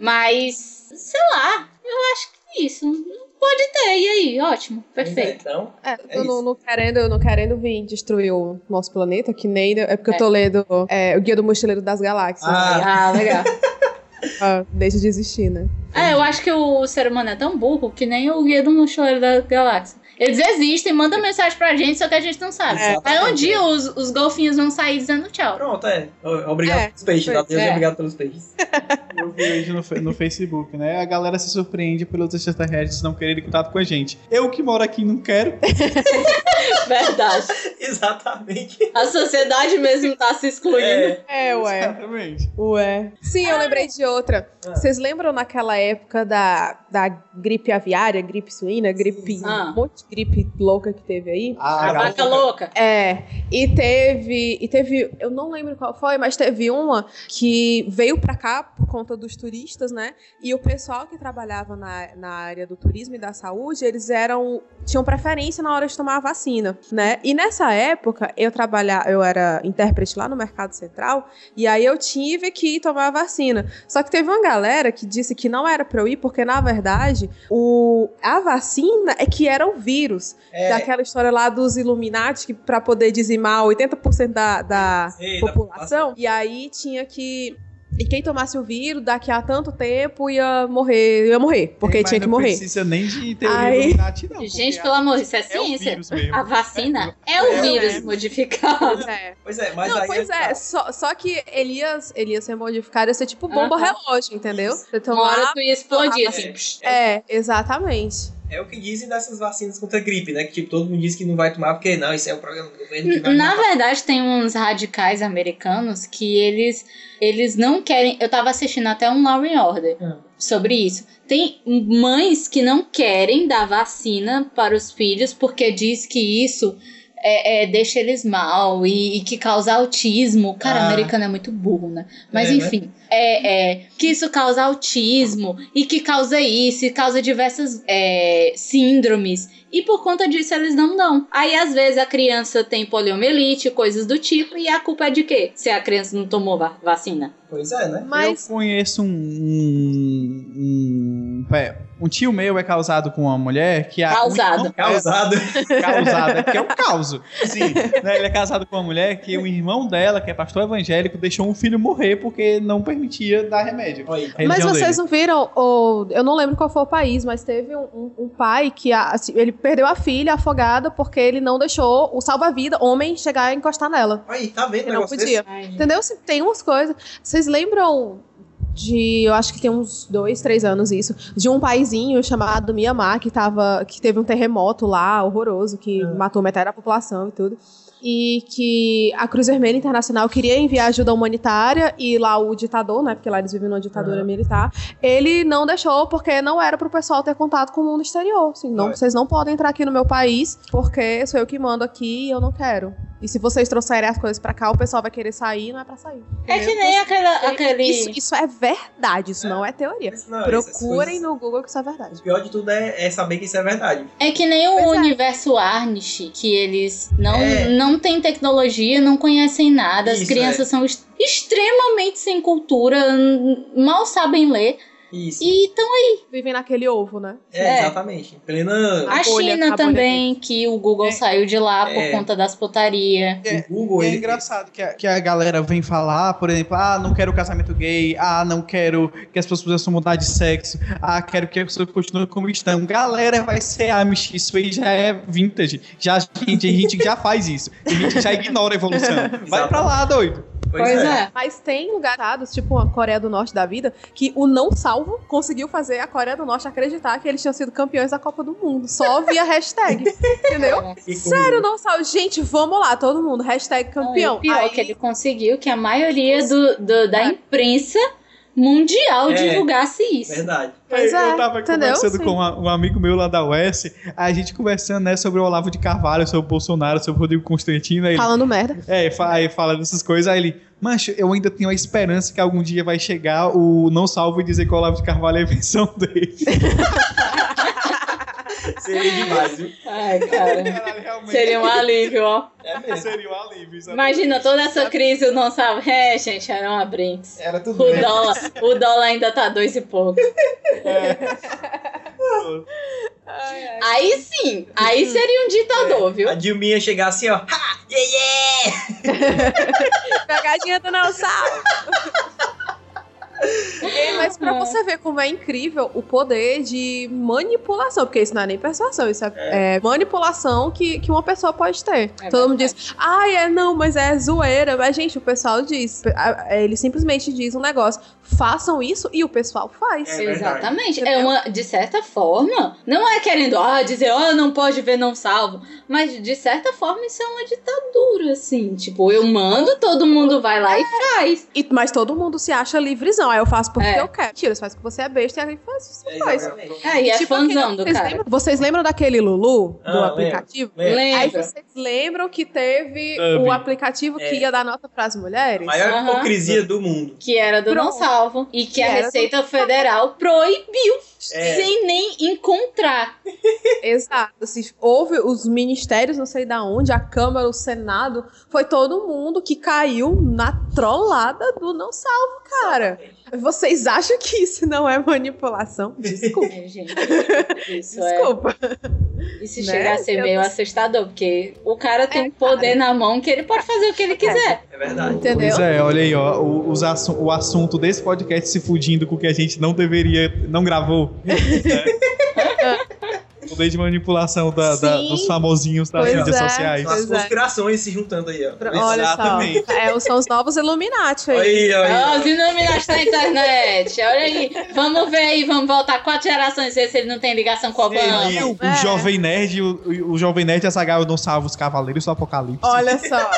Mas, sei lá, eu acho que é isso. Pode ter, e aí? Ótimo, Pois é, perfeito. Então, É, eu isso. não, não querendo, não querendo vir destruir o nosso planeta, que nem. É porque É. eu tô lendo é, o Guia do Mochileiro das Galáxias. Ah. Ah, legal. ah, deixa de existir, né? É, eu acho que o ser humano é tão burro que nem o guia do mochileiro da galáxia. Eles existem, mandam mensagem pra gente, só que a gente não sabe. É. Aí um dia os, os golfinhos vão sair dizendo tchau. Pronto, é. O- Obrigado É, pelos peixes, pois Matheus. é. Obrigado pelos peixes. Eu vi hoje no, fe- no Facebook, né? A galera se surpreende pelos extraterrestres não quererem contato com a gente. Eu que moro aqui não quero. Verdade. Exatamente. A sociedade mesmo tá se excluindo. É. É, ué. Exatamente. Ué. Sim, eu lembrei de outra. Ah. Vocês lembram naquela época da, da gripe aviária, gripe suína, gripe. Ah. Um monte de gripe louca que teve aí? A Ah, vaca louca. É, e teve, e teve, eu não lembro qual foi, mas teve uma que veio pra cá por conta dos turistas, né? E o pessoal que trabalhava na, na área do turismo e da saúde, eles eram, tinham preferência na hora de tomar a vacina, né? E nessa época, eu trabalhava, eu era intérprete lá no Mercado Central, e aí eu tive que tomar a vacina. Só que teve uma galera que disse que não era pra eu ir, porque na verdade, o, a vacina é que era o vírus É, daquela história lá dos Illuminati que para poder dizimar 80% da, da Sei, da população. E aí tinha que e quem tomasse o vírus daqui a tanto tempo ia morrer, ia morrer, porque É, mas tinha que não morrer. precisa nem de teoria Aí- Ah. Illuminati, não. gente, porque pelo amor de Deus, isso é é o ciência. vírus mesmo. a vacina é o É, vírus é. modificado. Pois é. Pois é, mas Não, aí... pois é, só, só que Elias, Elias ser modificado ia ser tipo bomba Aham. relógio, entendeu? Você Uma hora tomar. tu ia explodir, Ah, assim. É, exatamente. É o que dizem dessas vacinas contra a gripe, né? Que tipo, todo mundo diz que não vai tomar porque não, isso é o programa do governo que vai Na matar. verdade, tem uns radicais americanos que eles, eles não querem. Eu tava assistindo até um Law and Order Hum. sobre isso. Tem mães que não querem dar vacina para os filhos porque diz que isso é, é, deixa eles mal e, e que causa autismo. Cara, Ah. americano é muito burro, né? Mas É, né? enfim, é, é, que isso causa autismo e que causa isso, e causa diversas é, síndromes. E por conta disso eles não dão. Aí às vezes a criança tem poliomielite, coisas do tipo, e a culpa é de quê? Se a criança não tomou va- vacina. Pois é, né? Mas Eu conheço um. Um, um- pé, um tio meu é causado com uma mulher que. A, Causado. um irmão- Causado. É, causado, é que é um caso. Sim. né, ele é casado com uma mulher que o irmão dela, que é pastor evangélico, deixou um filho morrer porque não permitia dar remédio. Olha aí. A Mas religião vocês dele. não viram, ou, eu não lembro qual foi o país, mas teve um, um- um pai que a- assim, ele perdeu a filha afogada porque ele não deixou o salva-vida, homem, chegar e encostar nela. Olha aí, tá vendo? Ele o não negócio podia. Entendeu? Assim, Tem umas coisas. Vocês lembram de, eu acho que tem uns dois, três anos isso, de um paizinho chamado Mianmar que tava, que teve um terremoto lá horroroso que matou metade da população e tudo. E que a Cruz Vermelha Internacional queria enviar ajuda humanitária e lá o ditador, né, porque lá eles vivem numa ditadura Ah. militar, ele não deixou porque não era pro pessoal ter contato com o mundo exterior. Assim, não, Ah. vocês não podem entrar aqui no meu país porque sou eu que mando aqui e eu não quero. E se vocês trouxerem as coisas pra cá, o pessoal vai querer sair, não é pra sair. É que nem aquela, aquele. Isso, isso é verdade, isso não é teoria. desse. Não, essas Procurem coisas- no Google que isso é verdade. O pior de tudo é, é saber que isso é verdade. É que nem o Pois é. universo Arnish, que eles não, É. não têm tecnologia, não conhecem nada, as Isso, é. crianças são est- extremamente sem cultura, n- mal sabem ler. Isso. E então Vivem naquele ovo, né? É, É. exatamente. Em Plena. a, A bolha- China a bolha também, que o Google É. saiu de lá por É. conta das putarias. É, o Google, E é ele- engraçado que a, que a galera vem falar, por exemplo, ah, não quero casamento gay, ah, não quero que as pessoas possam mudar de sexo, ah, quero que as pessoas continuem como estão. Galera, vai ser Amish, isso aí já é vintage. Já a gente, a gente já faz isso. A gente já ignora a evolução. Vai pra lá, doido. Pois, é. Mas tem lugares, tipo a Coreia do Norte da vida, que o não salvo conseguiu fazer a Coreia do Norte acreditar que eles tinham sido campeões da Copa do Mundo, só via hashtag, entendeu? Então, é. Que Sério, não salvo. Gente, vamos lá, todo mundo, hashtag Não, e o campeão. pior é Aí- que ele conseguiu que a maioria do, do- da imprensa mundial É. divulgasse isso. Verdade. Pois é, eu tava entendeu? conversando Sim. com uma- um amigo meu lá da UES, a gente conversando, né, sobre o Olavo de Carvalho, sobre o Bolsonaro, sobre o Rodrigo Constantino, aí ele, Falando merda. É, fa- aí fala dessas coisas, aí ele, macho, eu ainda tenho a esperança que algum dia vai chegar o não salvo e dizer que o Olavo de Carvalho é a invenção dele. Seria é demais, viu? Ai, cara. Caralho, realmente. É. Seria um alívio, ó. É mesmo. Seria um alívio, sabe? Imagina toda essa crise, o não sabe. É, gente, era uma brinks. Era tudo O bem. dólar, o dólar ainda tá dois e pouco. É. Aí sim, aí Uhum. seria um ditador, viu? A Dilminha chegar assim, ó. Ha! Yeah, yeah! Pegadinha do não salvo. É, mas pra você ver como é incrível o poder de manipulação, porque isso não é nem persuasão, isso é, é manipulação que, que uma pessoa pode ter. É Todo mundo verdade. diz, ai, é não, mas é zoeira. Mas, gente, o pessoal diz, a- a- ele simplesmente diz um negócio, façam isso e o pessoal faz. É verdade. Exatamente. É uma, de certa forma, não é querendo ah, dizer, ah, não pode ver, não salvo. Mas de certa forma, isso é uma ditadura, assim. Tipo, eu mando, todo mundo vai lá e faz. E- mas todo mundo se acha livrezão. Aí eu faço porque É. eu quero. Tira, você faz porque você é besta e aí faz isso. É, faz. exatamente. Aí é Tipo fãzão aquele- do vocês cara. Lembram, vocês lembram daquele Lulu Ah, do lembro. aplicativo? É. Aí Lembra? vocês lembram que teve Sabe. o aplicativo É. que ia dar nota pras mulheres? Maior Aham. hipocrisia do mundo. Que era do Não Pronto. Salvo. E que, Que a era do- Receita Federal proibiu. É. Sem nem encontrar. Exato. Assim, houve os ministérios, não sei da onde, a Câmara, o Senado, foi todo mundo que caiu na trollada do não salvo, cara. Vocês acham que isso não é manipulação? Desculpa. É, gente. Isso é. Desculpa. Isso Né? chega a ser Eu meio não- assustador, porque o cara tem É, um poder na mão que ele pode fazer o que ele quiser. É verdade. Entendeu? Pois é, olha aí, ó, o, os assu- o assunto desse podcast se fudindo com o que a gente não deveria, não gravou. Poder de manipulação da- da- Sim. dos famosinhos das Pois mídias é, sociais. São as Pois é. conspirações se juntando aí, ó. Olha só. Exatamente. É, são os novos Illuminati Aí, aí. ó, Ah, aí. os iluminados da internet. Olha aí. Vamos ver aí, vamos voltar quatro gerações ver se ele não tem ligação com o Obama. E o, o É. Jovem Nerd, o, o Jovem Nerd e essa gaiola não salva os Cavaleiros do Apocalipse. Olha só.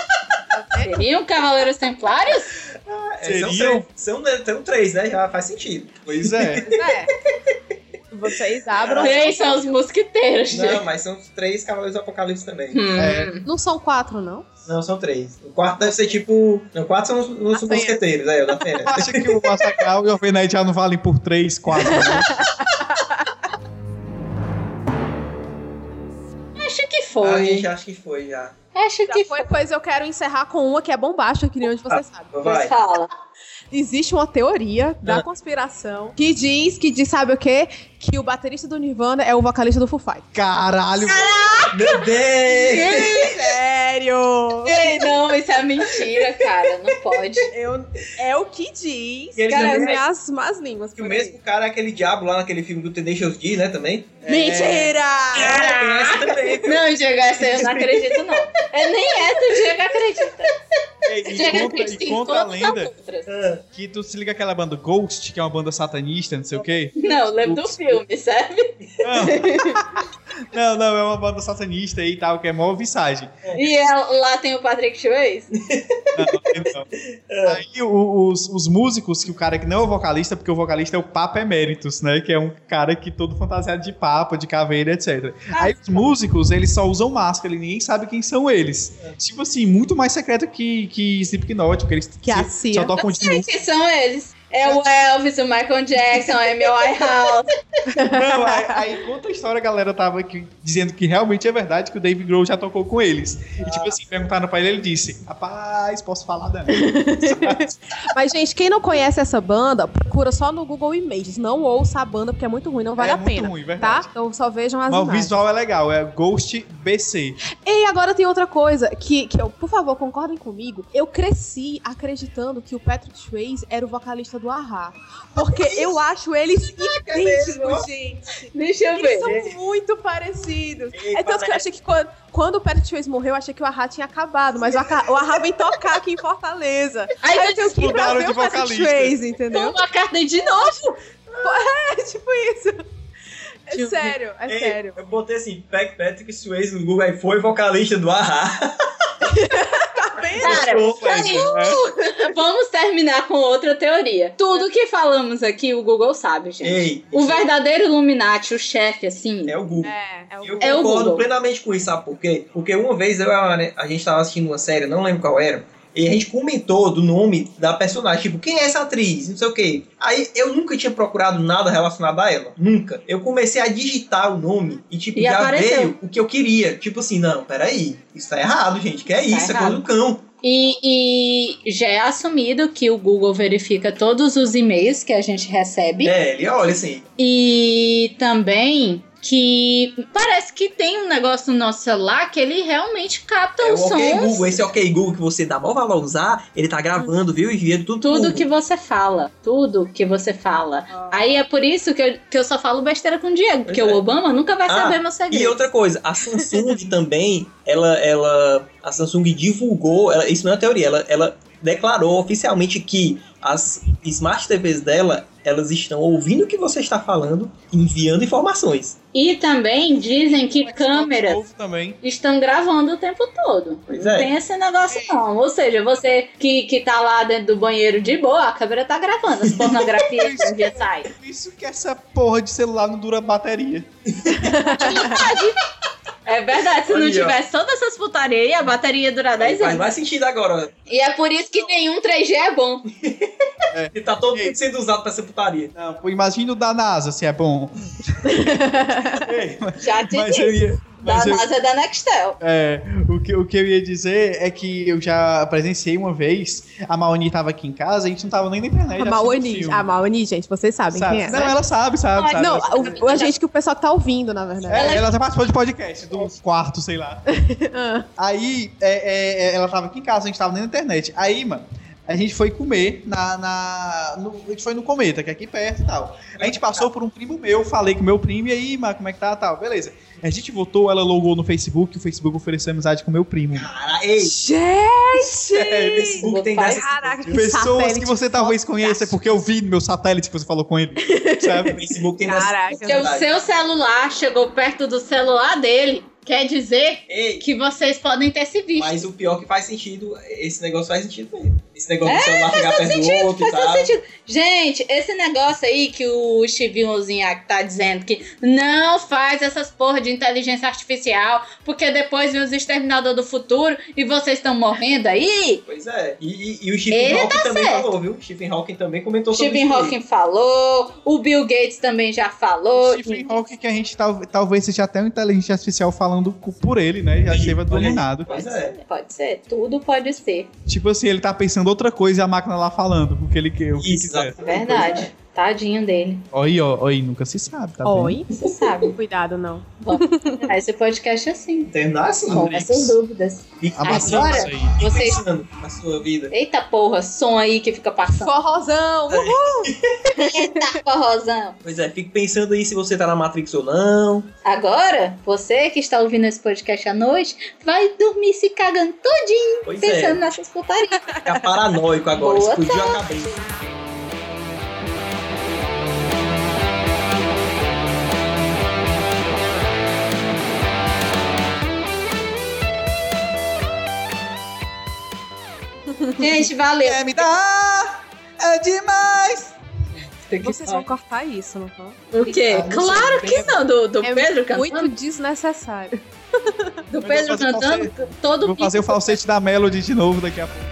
Seriam Cavaleiros Templários? Ah, É, são, seriam? três, são, né, são três, né? Já faz sentido. Pois é. Pois é. Vocês abram. Três são os mosquiteiros, gente. Não, mas são três Cavaleiros do Apocalipse também. Hum. É. Não são quatro, não? Não, são três. O quarto deve ser tipo. Não, quatro são os, os Apenas. mosqueteiros, aí, ó, da Fênix. Ah, Acha que o Massacal e o Jovem Nerd já não valem por 3, 4. É. Acho que Ah, a foi. gente acha que foi já. Acho Já que foi. foi, pois eu quero encerrar com uma que é bombástica, que nenhum de vocês sabe. Então Vai. Fala. Existe uma teoria Ah. da conspiração que diz, que diz, sabe o quê? Que o baterista do Nirvana é o vocalista do Foo Fighters. Caralho, Meu Deus! Sério! Ei, não, isso é mentira, cara. Não pode. Eu- é o que diz. E ele Cara, também- as minhas é. más línguas. Que o por aí. mesmo cara é aquele diabo lá naquele filme do Tenacious D, né, também? é. Mentira! Tem essa também. Não, Diego, essa eu não acredito, não. É nem essa, o Diego acredita. E Diego conta, acredita e em conta a todas as lenda outras. Ah, que tu se liga aquela banda Ghost, que é uma banda satanista, não sei o quê. Não, lembro do filme, sabe? Não, não, é uma banda satanista e tal, que é mó visagem. E ela- lá tem o Patrick Swayze. Não, não. É. Aí o- os, os músicos, que o cara que não é o vocalista, porque o vocalista é o Papa Emeritus, né? Que é um cara que todo fantasiado de papa, de caveira, etc. Ah, Aí os músicos, eles só usam máscara, e ninguém sabe quem são eles. É. Tipo assim, muito mais secreto que, que Slipknot, porque eles Que assim, a se- só CIA. tocam de novo. Quem são eles? É o Elvis, o Michael Jackson, a Amy House. Não, aí, aí conta a história, a galera tava aqui dizendo que realmente é verdade que o Dave Grohl já tocou com eles. E tipo assim, perguntaram pra ele, ele disse, rapaz, posso falar não. Mas, gente, quem não conhece essa banda, procura só no Google Images. Não ouça a banda, porque é muito ruim, não vale é a pena. muito ruim, verdade. Tá? Então só vejam as Mas o imagens. visual é legal, é Ghost BC. E agora tem outra coisa que, que eu, por favor, concordem comigo. Eu cresci acreditando que o Patrick Swayze era o vocalista do Ahá. Porque eu acho eles idênticos, gente. Deixa eu Eles ver. são muito parecidos. e É tanto que eu achei que quando, quando o Patrick Swayze morreu, eu achei que o Ahá tinha acabado. Mas o Ahá, o Ahá vem tocar aqui em Fortaleza. Aí Aí eu eu tenho que ir pra Mudaram ver de o Patrick vocalista. Swayze, entendeu? uma carta de novo. É tipo isso. Deixa É eu sério, é Ei, sério. Eu botei assim, Pac Patrick Swayze no Google, aí foi vocalista do Ahá. Tá vendo? Cara, Show, Wesley, né? vamos terminar com outra teoria. Tudo que falamos aqui, o Google sabe, gente. Ei, O verdadeiro Illuminati, o chefe, assim, é o Google. É, é Eu o... É o concordo Google. plenamente com isso, sabe por quê? Porque uma vez eu e a Ana- a gente tava assistindo uma série, não lembro qual era, e a gente comentou do nome da personagem, tipo, quem é essa atriz? Não sei o quê. Aí eu nunca tinha procurado nada relacionado a ela. Nunca. Eu comecei a digitar o nome e, tipo, E já apareceu. veio o que eu queria. Tipo assim, não, peraí, isso tá errado, gente. Que é isso? é coisa errado. do cão. E, e já é assumido que o Google verifica todos os e-mails que a gente recebe. É, ele olha assim. E também que parece que tem um negócio no nosso celular que ele realmente capta É o Então os OK sons, Google, esse OK Google que você dá mó valor a usar, ele tá gravando, viu? E vendo tudo. Ah. tudo que você fala, tudo que você fala. Aí é por isso que eu, que eu só falo besteira com o Diego, porque Pois é. o Obama nunca vai Ah, saber meu E segredo. outra coisa, a Samsung também, ela, ela, a Samsung divulgou, ela- isso não é teoria, ela, ela declarou oficialmente que as smart TVs dela, elas estão ouvindo o que você está falando, e enviando informações. E também dizem que Xbox câmeras novo também. estão gravando o tempo todo. Pois não é. tem esse negócio, não. Ou seja, você que, que tá lá dentro do banheiro de boa, a câmera tá gravando as pornografias que um dia sai. Por isso que essa porra de celular não dura bateria. É verdade, se não Aí, ó. tivesse todas essas putarias aí, a bateria ia durar 10 Faz anos. mais sentido agora, E é por isso que nenhum 3G é bom. que tá todo mundo sendo usado pra essa putaria. Não, pô, imagina o da NASA se é bom. Ei, mas- é- Já te mas disse. eu ia. Da mas eu- NASA é da Nextel. É, o que, o que eu ia dizer é que eu já presenciei uma vez, a Maoni tava aqui em casa, a gente não tava nem na internet. já A assistindo Maoni, filme. a Maoni, gente, vocês sabem Sabe? quem é. Não, né? ela sabe, sabe, sabe. Não, Ela- o- a gente que o pessoal tá ouvindo, na verdade. É, ela já participou de podcast, do quarto, sei lá. Ah. Aí, é, é, é, ela tava aqui em casa, a gente tava nem na internet. Aí, mano, a gente foi comer na. na- no- a gente foi no Cometa, que é aqui perto e tal. A gente passou por um primo meu, falei com meu primo, e aí, mano, como é que tá tal? Beleza. A gente voltou, ela logou no Facebook, o Facebook ofereceu amizade com meu primo. Cara, ei, É, Gente! Facebook tá tem dessas... Caraca, que Pessoas satélite que você talvez fantástico. conheça, porque eu vi no meu satélite que você falou com ele. Sabe? Facebook tem dessas... Porque Caraca. o Verdade. seu celular chegou perto do celular dele. Quer dizer Ei, que vocês podem ter se visto. Mas o pior que faz sentido, esse negócio faz sentido mesmo. Esse negócio do celular ficar perto do outro e Faz todo tal. É, sentido. Gente, esse negócio aí que o Chivinho Zinhac tá dizendo que não faz essas porra de inteligência artificial, porque depois vem os exterminador do futuro e vocês estão morrendo aí. Pois é. E, e- e o Stephen Ele Hawking também certo. falou, viu? O Stephen Hawking também comentou sobre Stephen isso. aí. Hawking falou, o Bill Gates também já falou. um Stephen Hawking, que a gente tal- talvez seja até uma inteligência artificial falando co- por ele, né? Já Ih, esteve olha aí. dominado. Pois Pode é. ser, pode ser, tudo pode ser. Tipo assim, ele tá pensando outra coisa e a máquina lá falando o que ele quer, o que Isso, quiser. exato. É verdade. Tadinho dele. Oi, ó, oi, nunca se sabe, tá vendo? Oi. Você sabe. Cuidado, não. Ah, Esse podcast é assim. Terminar assim. Com essas dúvidas. Fique Abração Agora- isso aí. Vocês. pensando na sua vida. Eita porra, som aí que fica passando. Forrozão! Uhul. Eita porrozão. Pois é, fique pensando aí se você tá na Matrix ou não. Agora, você que está ouvindo esse podcast à noite, vai dormir se cagando todinho Pois pensando é, nessas putarias. fica paranoico agora. Boa Explodiu a cabeça. Gente, valeu. Quer me dar? É demais! Vocês vão cortar isso, não vão? O quê? Claro que não, do, do É Pedro Muito cantando. desnecessário. Do Pedro Eu vou fazer cantando, todo Vou fazer o falsete da Melody de novo daqui a pouco.